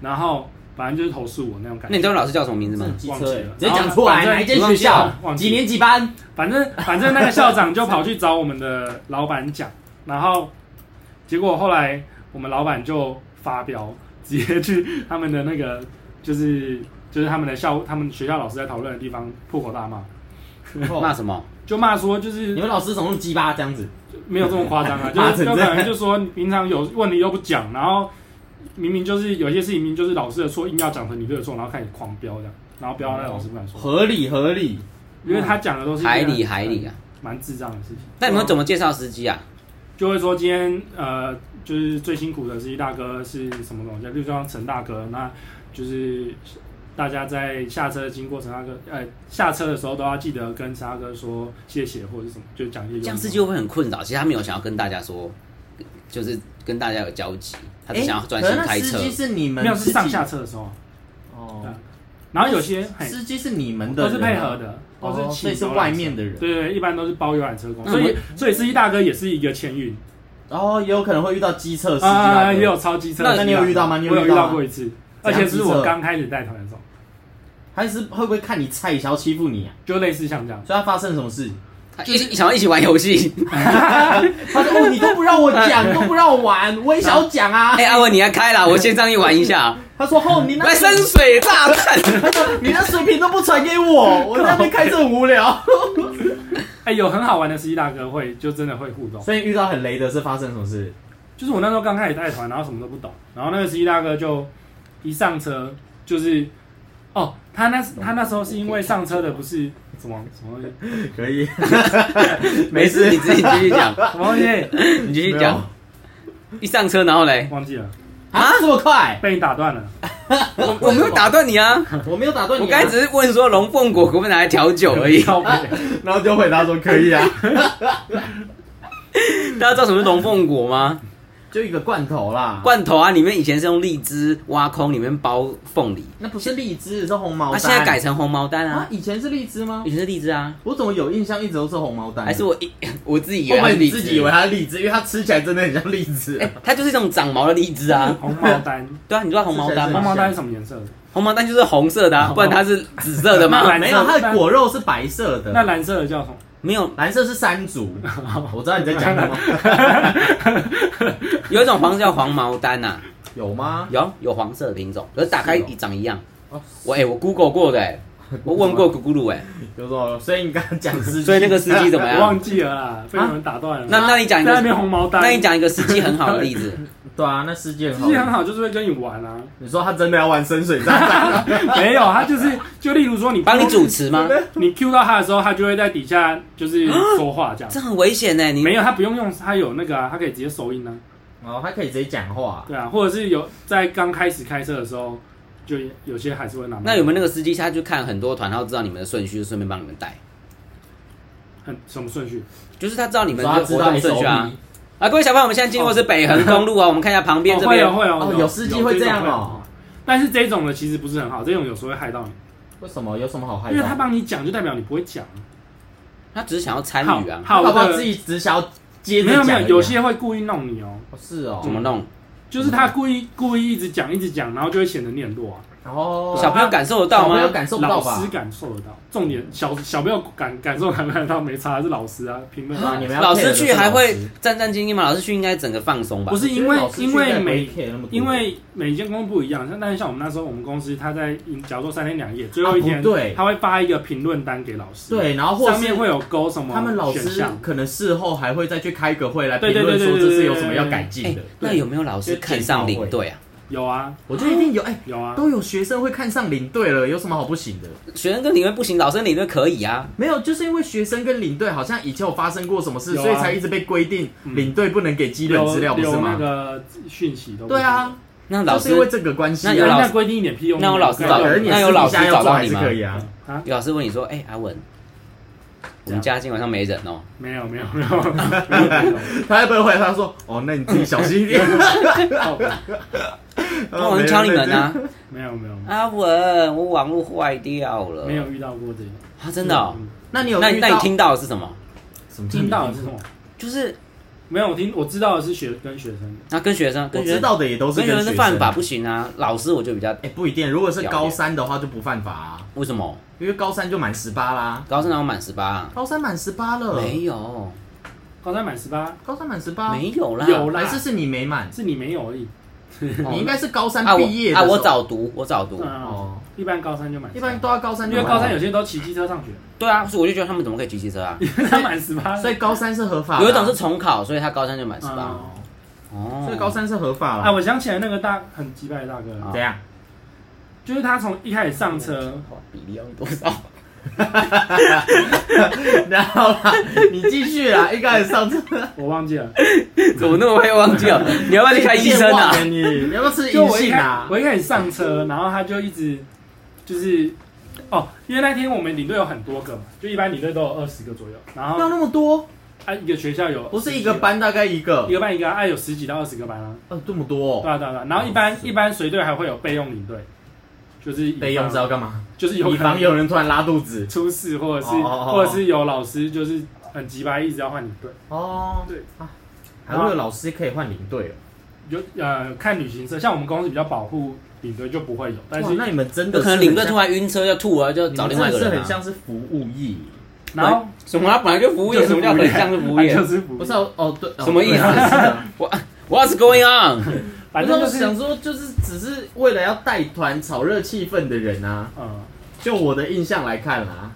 Speaker 3: 然后反正就是投诉我那种感
Speaker 1: 那你知
Speaker 3: 觉。
Speaker 1: 道老师叫什么名字吗？
Speaker 2: 很机
Speaker 3: 忘
Speaker 2: 车
Speaker 3: 记
Speaker 2: 欸
Speaker 3: 了
Speaker 2: 直接讲出来，
Speaker 3: 然后
Speaker 2: 哪一间
Speaker 1: 忘
Speaker 2: 学
Speaker 1: 记了
Speaker 2: 校
Speaker 3: 忘，记了
Speaker 2: 几年几班？
Speaker 3: *laughs*
Speaker 1: *laughs*
Speaker 3: 反正反正那个校长就跑去找我们的老板讲，然后结果后来我们老板就发飙，直接去他们的那个就是就是他们的校他们学校老师在讨论的地方破口大骂，
Speaker 2: 哦
Speaker 1: 骂什么？
Speaker 3: 就骂说就
Speaker 2: 你
Speaker 3: 是
Speaker 2: 们老师怎么那么鸡巴这样子？
Speaker 3: 没有这么夸张
Speaker 1: *laughs*
Speaker 3: 啊，就
Speaker 2: 骂
Speaker 3: 是
Speaker 2: 成这
Speaker 3: 就可
Speaker 2: 样
Speaker 3: 能就说你平常有问题都不讲，然后明明就是有些事情明明就是老师的错，硬要讲成你对的错，然后开始狂飙这样，然后飙到那个老师不敢说，
Speaker 2: 合理合理，
Speaker 3: 因为他讲的都是
Speaker 1: 嗯
Speaker 3: 一些啊
Speaker 1: 海里海里啊！
Speaker 3: 蛮智障的事情。
Speaker 1: 那你们怎么介绍司机啊？
Speaker 3: 就会说今天呃，就是最辛苦的司机大哥是什么东西？啊例如说陈大哥，那就是大家在下车经过陈大哥，呃，下车的时候都要记得跟陈大哥说谢谢或者是什么，就讲一些。
Speaker 1: 这样司机会不会很困扰？其实他没有想要跟大家说，就是跟大家有交集，他只
Speaker 2: 诶
Speaker 1: 想要专
Speaker 2: 哎可
Speaker 1: 心
Speaker 2: 是那
Speaker 1: 开车
Speaker 2: 司。机是你们
Speaker 3: 没有
Speaker 2: 自
Speaker 3: 是
Speaker 2: 己
Speaker 3: 上下车的时候，
Speaker 2: 哦
Speaker 3: 对，然后有些嘿
Speaker 2: 司机是你们的
Speaker 3: 都
Speaker 2: 人
Speaker 3: 是
Speaker 2: 啊，
Speaker 3: 配合的，都
Speaker 2: 哦，
Speaker 3: 是
Speaker 2: 所
Speaker 3: 骑
Speaker 2: 以是
Speaker 3: 游览
Speaker 2: 外
Speaker 3: 车
Speaker 2: 面的嗯人。
Speaker 3: 对对，对一般都是包游览车工，
Speaker 1: 那
Speaker 3: 所以
Speaker 1: 我
Speaker 3: 所以司机大哥也是一个签运
Speaker 2: 哦，也有可能会遇到机车司机
Speaker 3: 啊，
Speaker 2: 啊，
Speaker 3: 也有超机车的
Speaker 2: 那
Speaker 3: 司机大哥。
Speaker 2: 那你有遇到吗你有
Speaker 3: 我有
Speaker 2: 遇到
Speaker 3: 遇到
Speaker 2: 吗
Speaker 3: 过一次，
Speaker 2: 怎
Speaker 3: 而
Speaker 2: 样
Speaker 3: 且是
Speaker 2: 机车
Speaker 3: 我刚开始带团的时候，
Speaker 2: 还是会不会看你菜想要欺负你啊？
Speaker 3: 就类似像这样。
Speaker 2: 所以他发生什么事？
Speaker 1: 他一起想要一起玩游戏。
Speaker 2: 他说：“哦，你都不让我讲，都不让我玩，我也想要讲啊
Speaker 1: *laughs* 哎，。阿文你要开啦，我先上去玩一下。”
Speaker 2: 他说：“哦，你那
Speaker 1: 来深水炸弹，
Speaker 2: 你那水瓶都不传给我，
Speaker 1: *laughs*
Speaker 2: 我在那边开车很无聊。
Speaker 3: 哎、有很好玩的司机大哥会，就真的会互动。
Speaker 2: 所以遇到很雷的是发生什么事？
Speaker 3: 就是我那时候刚开始带团，然后什么都不懂，然后那个司机大哥就一上车就是，哦，他那他那时候是因为上车的不是什么什么东西
Speaker 1: *laughs*
Speaker 2: 可以，
Speaker 1: 没事，你自己继续讲，
Speaker 3: 什么东西，哎
Speaker 1: 你继续讲。啊一上车然后
Speaker 3: *laughs*
Speaker 1: 嘞，
Speaker 3: 忘记了，
Speaker 2: 啊，这么快？
Speaker 3: 被你打断了。
Speaker 1: 我我没有打断你啊，
Speaker 2: 我没有打断你、
Speaker 1: 我刚才只是问说龙凤果可不可以拿来调酒而已。
Speaker 3: 靠背
Speaker 2: 然后就回答说可
Speaker 1: *laughs*
Speaker 2: 以啊，
Speaker 1: 大家知道什么是龙凤果吗？
Speaker 2: 就一个罐头啦。
Speaker 1: 罐头啊，里面以前是用荔枝挖空，里面包凤梨，
Speaker 2: 那不是荔枝，是红毛
Speaker 1: 它、
Speaker 2: 丹。
Speaker 1: 现在改成红毛丹
Speaker 2: 啊
Speaker 1: 啊？，
Speaker 2: 以前是荔枝吗
Speaker 1: 以？前是荔枝啊，
Speaker 2: 我怎么有印象一直都是红毛丹？哦
Speaker 1: 还是我一 *laughs* 我自己以
Speaker 2: 嗯我
Speaker 1: 为它是
Speaker 2: 们
Speaker 1: 荔枝
Speaker 2: 自己以为它啊是荔枝，因为它吃起来真的很像荔枝。啊
Speaker 1: 哎、它就是一种长毛的荔枝啊。
Speaker 3: 红毛
Speaker 1: *laughs*
Speaker 3: 丹，
Speaker 1: 对啊，你知道红毛丹
Speaker 3: 红
Speaker 1: 吗？
Speaker 3: 毛嗯丹是什么颜色的？
Speaker 1: 红毛丹就是红色的、啊，不然它是紫色的
Speaker 3: 那
Speaker 1: 吗？
Speaker 3: 蓝
Speaker 2: 没
Speaker 3: 色
Speaker 2: 有，它
Speaker 3: 的
Speaker 1: 啊
Speaker 2: 的果肉是白色的。
Speaker 3: 那蓝色的叫什么？
Speaker 1: 没有
Speaker 2: 蓝色是山
Speaker 3: *laughs*
Speaker 2: 竹，我知道你在讲什么，
Speaker 1: 有一种黄色叫黄毛丹呐、
Speaker 2: 有吗？
Speaker 1: 有有黄色的品种，可是打开
Speaker 2: 是哦
Speaker 1: 一长一样。
Speaker 2: 哦
Speaker 1: 我哎、我 Google 过的、哎，我问过咕咕噜哎，
Speaker 2: 有什么？所以你刚刚讲
Speaker 3: *laughs*
Speaker 2: 司机，
Speaker 1: 所以那个司机怎么
Speaker 3: 我
Speaker 1: 样？
Speaker 3: 忘记了啦，被你们打断了。
Speaker 1: 啊那那你讲一
Speaker 3: 在那
Speaker 1: 个，
Speaker 3: 边红毛丹，
Speaker 1: 那你讲一个司机很好的例子，
Speaker 2: 对啊，那司机很
Speaker 3: 其实很
Speaker 2: 好。
Speaker 3: 好，就是会跟你玩啊。
Speaker 2: 你说他真的要玩深水炸弹？ *laughs*
Speaker 3: 没有，他就是就例如说你 Q-
Speaker 1: 帮你主持吗？
Speaker 3: 你 Q 到他的时候，他就会在底下
Speaker 1: 啊
Speaker 3: 就是说话这样
Speaker 1: 这。很危险哎、你
Speaker 3: 没有，他不用用，他有那个啊，他可以直接收音啊。
Speaker 2: 哦，他可以直接讲话，
Speaker 3: 对啊，或者是有在刚开始开车的时候，就有些还是会拿。
Speaker 1: 那有没有那个司机他去看很多团，然后知道你们的顺序，就顺便帮你们带？
Speaker 3: 很什么顺序？
Speaker 1: 就是他知道你
Speaker 2: 你
Speaker 1: 们
Speaker 2: 说他
Speaker 1: 的
Speaker 2: 知
Speaker 1: 活
Speaker 2: 道
Speaker 1: 动顺序
Speaker 2: SOP
Speaker 1: 啊。。啊，各位小朋友，我们现在经过的是北横公路啊，我们看一下旁边
Speaker 3: 哦
Speaker 1: 这
Speaker 3: 会
Speaker 1: 边
Speaker 3: 哦，会哦
Speaker 2: 哦，有司机会这样哦。
Speaker 3: 啊但是这一种的其实不是很好，这种有时候会害到你，
Speaker 2: 为什么？有什么好害啊
Speaker 3: 因为他
Speaker 2: 怕？
Speaker 3: 帮你讲，就代表你不会讲。
Speaker 1: 他只是想要参
Speaker 3: 好
Speaker 1: 与啊，
Speaker 2: 他
Speaker 3: 好
Speaker 2: 搞不好
Speaker 3: 的
Speaker 2: 自，己只想要接着
Speaker 3: 没有
Speaker 2: 讲
Speaker 3: 没
Speaker 2: 而已啊。
Speaker 3: 有，有些会故意弄你哦，
Speaker 2: 哦是哦
Speaker 1: 怎，么弄？
Speaker 3: 就是他故
Speaker 2: 嗯
Speaker 3: 意故意一直讲一直讲，然后就会显得你很弱啊。
Speaker 2: 哦，
Speaker 1: 小朋友感受得到
Speaker 2: 小朋友
Speaker 1: 吗？
Speaker 2: 感受不
Speaker 3: 老
Speaker 2: 到吧
Speaker 3: 师？感受得到，重点小小朋友感感受感不感受到没差，是老师啊评论
Speaker 2: 啊
Speaker 3: 啊
Speaker 2: 你。们要
Speaker 1: 老
Speaker 2: care
Speaker 1: 师
Speaker 2: 的是
Speaker 1: 去还会
Speaker 2: 老师
Speaker 1: 战战兢兢吗？老师去应该整个放松吧
Speaker 3: 不？是因为
Speaker 2: 我觉得老师
Speaker 3: 因
Speaker 2: 现在
Speaker 3: 为
Speaker 2: 不会
Speaker 3: 每
Speaker 2: care 那么多
Speaker 3: 因为每间公司不一样，像但是像我们那时候，我们公司他在假如说三天两夜，最
Speaker 2: 啊
Speaker 3: 后一天
Speaker 2: 不对
Speaker 3: 他会发一个评论单给老师，，
Speaker 2: 对，然后或
Speaker 3: 上面
Speaker 2: 是
Speaker 3: 会有勾什么
Speaker 2: 他们老
Speaker 3: 选
Speaker 2: 师
Speaker 3: 项，
Speaker 2: 可能事后还会再去开个会来评
Speaker 3: 对对
Speaker 2: 论
Speaker 3: 对对
Speaker 2: 说
Speaker 3: 对
Speaker 2: 这
Speaker 3: 对
Speaker 2: 是
Speaker 3: 对
Speaker 2: 有什么要改进
Speaker 1: 哎
Speaker 2: 的。，
Speaker 1: 那有没有老师
Speaker 2: 就
Speaker 1: 看上领队啊？
Speaker 3: 有啊
Speaker 2: 我觉得一定有
Speaker 1: 哦
Speaker 2: 哎。
Speaker 3: 有啊，
Speaker 2: 都有学生会看上领队了，有什么好不行的？
Speaker 1: 学生跟领队不行，老师领队可以啊。
Speaker 2: 没有，就是因为学生跟领队好像以前有发生过什么事，
Speaker 3: 有啊
Speaker 2: 所以才一直被规定
Speaker 3: 嗯
Speaker 2: 领队不能给基本资料，不是
Speaker 1: 啊
Speaker 3: 留啊
Speaker 2: 吗？
Speaker 3: 那个讯息都不
Speaker 2: 对啊，
Speaker 1: 那老
Speaker 2: 就是
Speaker 1: 师
Speaker 2: 因为这个关系啊。
Speaker 1: 那有老
Speaker 3: 那
Speaker 1: 师
Speaker 3: 规定一点屁用没有，
Speaker 1: 那我老师
Speaker 3: 对
Speaker 1: 找
Speaker 2: 可是你
Speaker 1: 那有
Speaker 2: 私底
Speaker 1: 老师
Speaker 2: 下要
Speaker 1: 找
Speaker 2: 做
Speaker 1: 到
Speaker 2: 还
Speaker 1: 你
Speaker 2: 是
Speaker 1: 吗
Speaker 2: 可以啊。
Speaker 3: 啊，
Speaker 1: 有老师问你说：“哎，阿文，我们家今晚上没人哦。
Speaker 3: 没有没有没有，没有
Speaker 2: 他会不会回他说：“哦，那你自己小
Speaker 1: *laughs*
Speaker 2: 心一点。”
Speaker 1: 那我能教你们
Speaker 2: *laughs*
Speaker 1: 啊。
Speaker 3: 没有没有
Speaker 1: 阿文，我网络坏掉了。
Speaker 3: 没有遇到过这个，
Speaker 1: 啊，真的哦。
Speaker 3: 嗯
Speaker 2: 那你有
Speaker 1: 那
Speaker 2: 遇
Speaker 1: 那
Speaker 2: 到
Speaker 1: 你听到的是什么？
Speaker 2: 什么
Speaker 3: 听到的是什么？
Speaker 1: 就是
Speaker 3: 没有，我听我知道的是学跟学生，
Speaker 1: 啊，跟学生，
Speaker 2: 我
Speaker 1: 跟学
Speaker 2: 知
Speaker 1: 生，
Speaker 2: 道的也都是
Speaker 1: 跟
Speaker 2: 跟
Speaker 1: 学
Speaker 2: 学
Speaker 1: 生
Speaker 2: 生
Speaker 1: 是犯法，不行啊。老师我就比较
Speaker 2: 哎，不一定。如果是
Speaker 1: 表演
Speaker 2: 高三的话就不犯法啊，
Speaker 1: 为什么？
Speaker 2: 因为高三就满十八啦。
Speaker 1: 高中哪有满十八啊？
Speaker 2: 高三满十八了，
Speaker 1: 没有，
Speaker 3: 高三满十八
Speaker 2: 高三满十八，
Speaker 1: 没有啦。
Speaker 3: 有啦，
Speaker 2: 还是是你没满，
Speaker 3: 是你没有而已，
Speaker 1: 哦
Speaker 2: 你应该是高三
Speaker 1: 啊，我
Speaker 2: 毕业的
Speaker 1: 啊，
Speaker 2: 时候
Speaker 1: 我早读，我早读。
Speaker 3: 嗯，
Speaker 2: 哦，
Speaker 3: 一般高三就满，
Speaker 2: 一般都要高三啊
Speaker 3: 因
Speaker 2: 就
Speaker 3: 为
Speaker 2: 满
Speaker 3: 高三有些都骑机车上学，
Speaker 2: *laughs*
Speaker 1: 对啊，所以我就觉得他们怎么可以骑机车啊？
Speaker 3: 他满十八，
Speaker 2: 所以高三是合法的啊，
Speaker 1: 有一种是重考，所以他高三就满十八。
Speaker 3: 嗯
Speaker 1: 哦，
Speaker 2: 所以高三是合法
Speaker 3: 啊，
Speaker 2: 了。
Speaker 3: 我想起来那个大很击败的大哥，啊
Speaker 2: 怎样？ *laughs*
Speaker 3: 就是他从一开始上车，
Speaker 1: 哦比例要多少？ *laughs*
Speaker 2: 然后啦，你继续啦，一开始上车，
Speaker 3: 我忘记了，
Speaker 2: 嗯
Speaker 1: 怎么那么快忘记了？ *laughs* 啊你要不要去看医生啊？
Speaker 2: 你你要不要吃
Speaker 3: 就
Speaker 2: *laughs* 银
Speaker 3: 我一
Speaker 2: 杏
Speaker 3: 开
Speaker 2: 啊？
Speaker 3: 我一开始上车，然后他就一直就是哦，因为那天我们领队有很多个嘛，就一般领队都有二十个左右，然
Speaker 2: 不要
Speaker 3: 后
Speaker 2: 那么多，
Speaker 3: 啊一个学校有
Speaker 2: 不是
Speaker 3: 十
Speaker 2: 一
Speaker 3: 几个
Speaker 2: 个班大概一个
Speaker 3: 一，个班一个啊有十几到二十个班啊，
Speaker 2: 哦，这么多
Speaker 3: 对
Speaker 2: 哦，
Speaker 3: 啊对啊，对啊然后一般
Speaker 2: 哦是
Speaker 3: 一般随队还会有备用领队，就是以
Speaker 1: 啊
Speaker 3: 防
Speaker 2: 备用是要干嘛？
Speaker 3: 就是有
Speaker 2: 以
Speaker 3: 可能
Speaker 2: 防有人突然拉肚子。
Speaker 3: 出事，或者是
Speaker 2: 哦哦哦
Speaker 3: 或者是有老师就是很急白，一直要换领队，
Speaker 2: 哦，
Speaker 3: 对
Speaker 2: 啊，还会有老师可以换领队哦。
Speaker 3: 有呃看旅行社，像我们公司比较保护领队就不会有，但
Speaker 2: 哇
Speaker 3: 是
Speaker 2: 那你们真的
Speaker 1: 有
Speaker 2: 是
Speaker 1: 可能领队
Speaker 2: 很
Speaker 1: 突
Speaker 2: 像
Speaker 1: 然晕车要吐了，就找另外一个
Speaker 2: 你
Speaker 1: 人
Speaker 2: 们真的是很
Speaker 1: 啊。
Speaker 2: 像是服务业，
Speaker 3: 然后
Speaker 1: 什么？他啊本来就服务
Speaker 3: 就
Speaker 1: 业，
Speaker 3: 是
Speaker 1: 什么叫很像是啊服务业
Speaker 2: *laughs*
Speaker 3: 他？ *laughs* 就是服务业
Speaker 2: 不是哦哦对，哦
Speaker 1: 什么意思
Speaker 2: 对啊是 *laughs* 啊
Speaker 1: 我 What's going
Speaker 2: *laughs*
Speaker 1: on？
Speaker 3: 反
Speaker 2: 我
Speaker 1: 啊
Speaker 3: 正就
Speaker 2: 就是想说，就是只是为了要带团炒热气氛的人啊，
Speaker 3: 嗯，
Speaker 2: 就我的印象来看啦、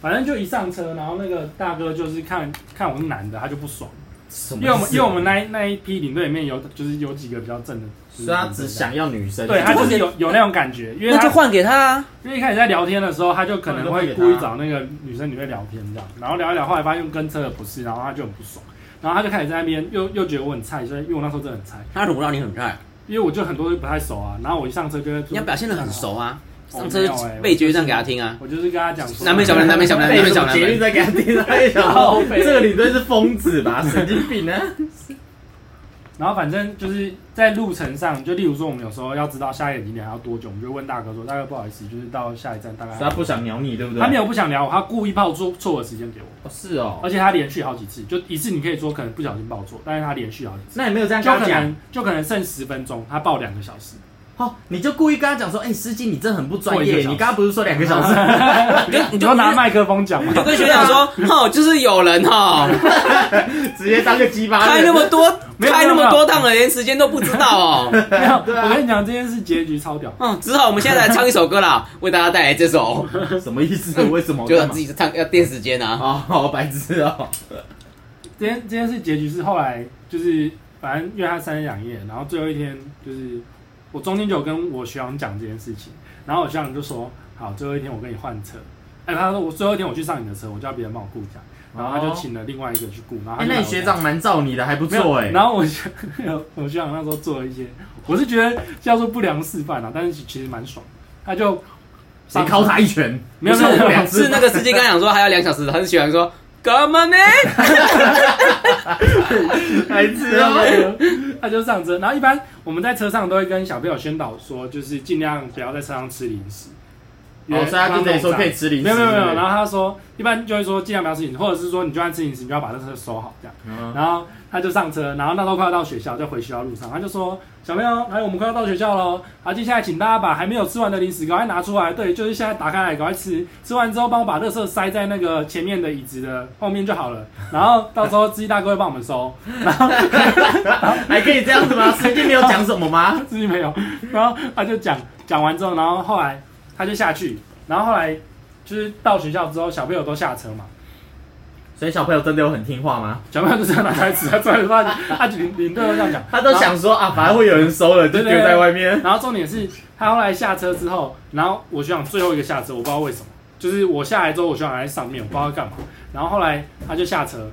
Speaker 3: 反正就一上车，然后那个大哥就是看看我是男的，他就不爽，
Speaker 2: 什
Speaker 3: 因为我们因为我们那一那一批领队里面有就是有几个比较正的，
Speaker 2: 所以他只想要女生，
Speaker 3: 对他就是有有那种感觉，因为
Speaker 1: 啊那
Speaker 3: 他
Speaker 1: 就换给他啊。
Speaker 3: 因为一开始在聊天的时候，他就可能会故意找那个女生女生聊天这样，然后聊一聊，后来发现跟车的不是，然后他就很不爽，然后他就开始在那边又又觉得我很菜，所以因为我那时候真的很菜，
Speaker 1: 他怎么让你很菜？
Speaker 3: 因为我就很多都不太熟啊，然后我一上车就会
Speaker 1: 你要表现的很，熟啊，
Speaker 3: 哦
Speaker 1: 上车就背决战给他听啊。
Speaker 3: 我就是跟他讲说，
Speaker 1: 南美小男，南美小男，南
Speaker 2: 被
Speaker 1: 美
Speaker 2: 哎什
Speaker 1: 小
Speaker 2: 么
Speaker 1: 男。
Speaker 2: 节律在给他听，他也 *laughs* 想
Speaker 3: 靠
Speaker 2: 说
Speaker 3: 北
Speaker 2: 这个领队是疯子吧，神经病啊！
Speaker 3: 然后反正就是在路程上，就例如说我们有时候要知道下一个景点还要多久，我们就问大哥说，大哥不好意思，就是到下一站大概
Speaker 2: 所以他不想鸟你，对不对？
Speaker 3: 他没有不想聊我，他故意报错错的时间给我，
Speaker 2: 哦，是哦，
Speaker 3: 而且他连续好几次，就一次你可以说可能不小心报错，但是他连续好几次。
Speaker 2: 那也没有这样跟
Speaker 3: 就
Speaker 2: 他
Speaker 3: 可
Speaker 2: 讲
Speaker 3: 能就可能剩十分钟，他报两个小时，
Speaker 2: 哦，你就故意跟他讲说，哎、司机你真的很不专
Speaker 3: 过一个
Speaker 2: 业，
Speaker 3: 小时
Speaker 2: 你刚刚不是说两个小时？
Speaker 1: 你就 *laughs* 你
Speaker 3: 你
Speaker 1: 就
Speaker 3: 就拿麦克风讲嘛
Speaker 1: *laughs* 你，就跟学长
Speaker 3: *laughs*
Speaker 1: 说，哦，就是有人哈，
Speaker 2: *laughs* 直接当个鸡巴人
Speaker 1: 开那么多，
Speaker 3: 没有
Speaker 1: 开那
Speaker 3: 没
Speaker 1: 么
Speaker 3: 有
Speaker 1: 多趟了，连时间都不知道
Speaker 3: *laughs*
Speaker 1: 哦。
Speaker 3: 没有，
Speaker 2: 对啊
Speaker 3: 我跟你讲这件事结局超屌，
Speaker 1: 嗯，只好我们现在来唱一首歌啦，为大家带来这首，
Speaker 2: *laughs* 什么意
Speaker 3: *laughs*
Speaker 2: 思？为什么？
Speaker 1: 就让
Speaker 2: 干嘛
Speaker 1: 自己唱要垫时间啊。
Speaker 2: 哦，好白痴哦。
Speaker 3: 这件这件事结局是后来就是反正约他三天两夜，然后最后一天就是我中间就有跟我学长讲这件事情，然后我学长就说好，最后一天我跟你换车，哎、他说我最后一天我去上你的车，我叫别人帮我顾一下，然后他就请了另外一个去顾，然后
Speaker 2: 哎、
Speaker 3: 他就
Speaker 2: 那
Speaker 3: 把
Speaker 2: 你
Speaker 3: 我
Speaker 2: 学长蛮照你的，还不
Speaker 3: 没有
Speaker 2: 错哎、
Speaker 3: 然后我学 *laughs* 我学长那时候做了一些，我是觉得叫做不良示范啊，但是其实蛮爽的，他就
Speaker 2: 谁敲他一拳？
Speaker 3: 没有
Speaker 2: 不是
Speaker 3: 没有
Speaker 2: 我两次
Speaker 1: 是那个司机刚讲说还要两小时，他是喜欢说干嘛呢？
Speaker 2: 白痴
Speaker 3: 然后
Speaker 2: 哦。
Speaker 3: 他就上车，然后一般我们在车上都会跟小朋友宣导说，就是尽量不要在车上吃零食。
Speaker 2: 哦，所以他就等于说可以吃零食。
Speaker 3: 没有没有没有，然
Speaker 2: 后
Speaker 3: 后他说一般就会说尽量不要吃零食，或者是说你就算吃零食，你就要把这车收好这样。
Speaker 2: 嗯
Speaker 3: 然后他就上车，然后那时候快要到学校，在回学校路上，他就说：“小朋友，哎，我们快要到学校喽，好，接下来请大家把还没有吃完的零食赶快拿出来，对，就是现在打开来赶快吃，吃完之后帮我把垃圾塞在那个前面的椅子的后面就好了，然后到时候司机大哥会帮我们收。”
Speaker 2: *laughs* 还可以这样子吗？司机没有讲什么吗？
Speaker 3: 自己没有。然后他就讲讲完之后，然后后来他就下去，然后后来就是到学校之后，小朋友都下车嘛，
Speaker 2: 所以小朋友真的有很听话吗？
Speaker 3: 小朋友就这样拿台词，他突然发现他领领队都这样讲，
Speaker 2: 他都
Speaker 3: 然后。
Speaker 2: 想说啊，反正会有人收了，就
Speaker 3: 对
Speaker 2: 丢
Speaker 3: 对对
Speaker 2: 在外面。
Speaker 3: 然后重点是他后来下车之后，然后我学长最后一个下车，我不知道哎为什么，啊就是我下来之后，我学长还在上面，我不知道他干嘛。然后后来他就下车，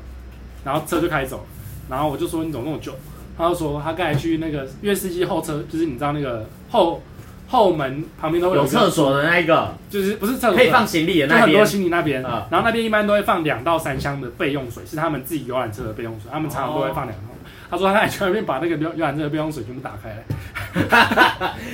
Speaker 3: 然后车就开走，然后我就说你怎么那么久？他就说他刚才去那个，因为司机后车就是你知道那个后后门旁边都会
Speaker 2: 有
Speaker 3: 有
Speaker 2: 厕
Speaker 3: 所。
Speaker 2: 所的那一个，
Speaker 3: 就是不是厕所
Speaker 2: 可以放行李的
Speaker 3: 就
Speaker 2: 那
Speaker 3: 很多
Speaker 2: 边。
Speaker 3: 行李那边，
Speaker 2: 啊
Speaker 3: 然后那边一般都会放两到三箱的备用水，是他们自己游览车的备用水，他们常常
Speaker 2: 哦
Speaker 3: 都会放两桶。他说他在前面把那个游游览车的备用水全部打开来，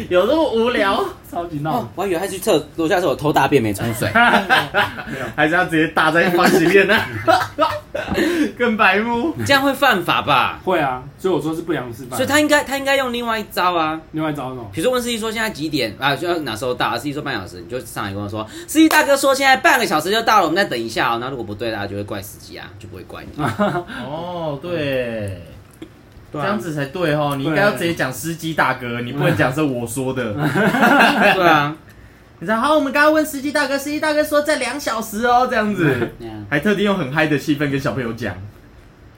Speaker 2: 有这么无聊？
Speaker 3: 超级闹
Speaker 1: 哦，我还以为他去厕楼下厕所偷大便没冲水。
Speaker 3: *laughs*
Speaker 2: 还是他直接搭在放行李 *laughs* 的那？更白目。
Speaker 1: 这样会犯法
Speaker 3: *laughs*
Speaker 1: 吧？
Speaker 3: 会啊，所以我说是不良示范。啊
Speaker 1: 所以他应该他应该用另外一招啊，
Speaker 3: 另外找那种，
Speaker 1: 比如说问司机说现在几点啊，就要哪时候到？啊司机说半小时，你就上来跟我说，司机大哥说现在半个小时就到了，我们再等一下哦。那如果不对，大家就会怪司机啊，就不会怪你。
Speaker 2: 哦，对。
Speaker 3: 对
Speaker 2: 这样
Speaker 3: 啊，
Speaker 2: 子才 *laughs* 对哦，你应该要直接讲司机大哥，你不能讲是我说 *laughs* 的。
Speaker 1: 对啊，
Speaker 2: 你知道，好，我们刚刚问司机大哥，司机大哥说在两小时哦，这样子，
Speaker 1: 那样
Speaker 2: 还特地用很嗨的气氛跟小朋友讲。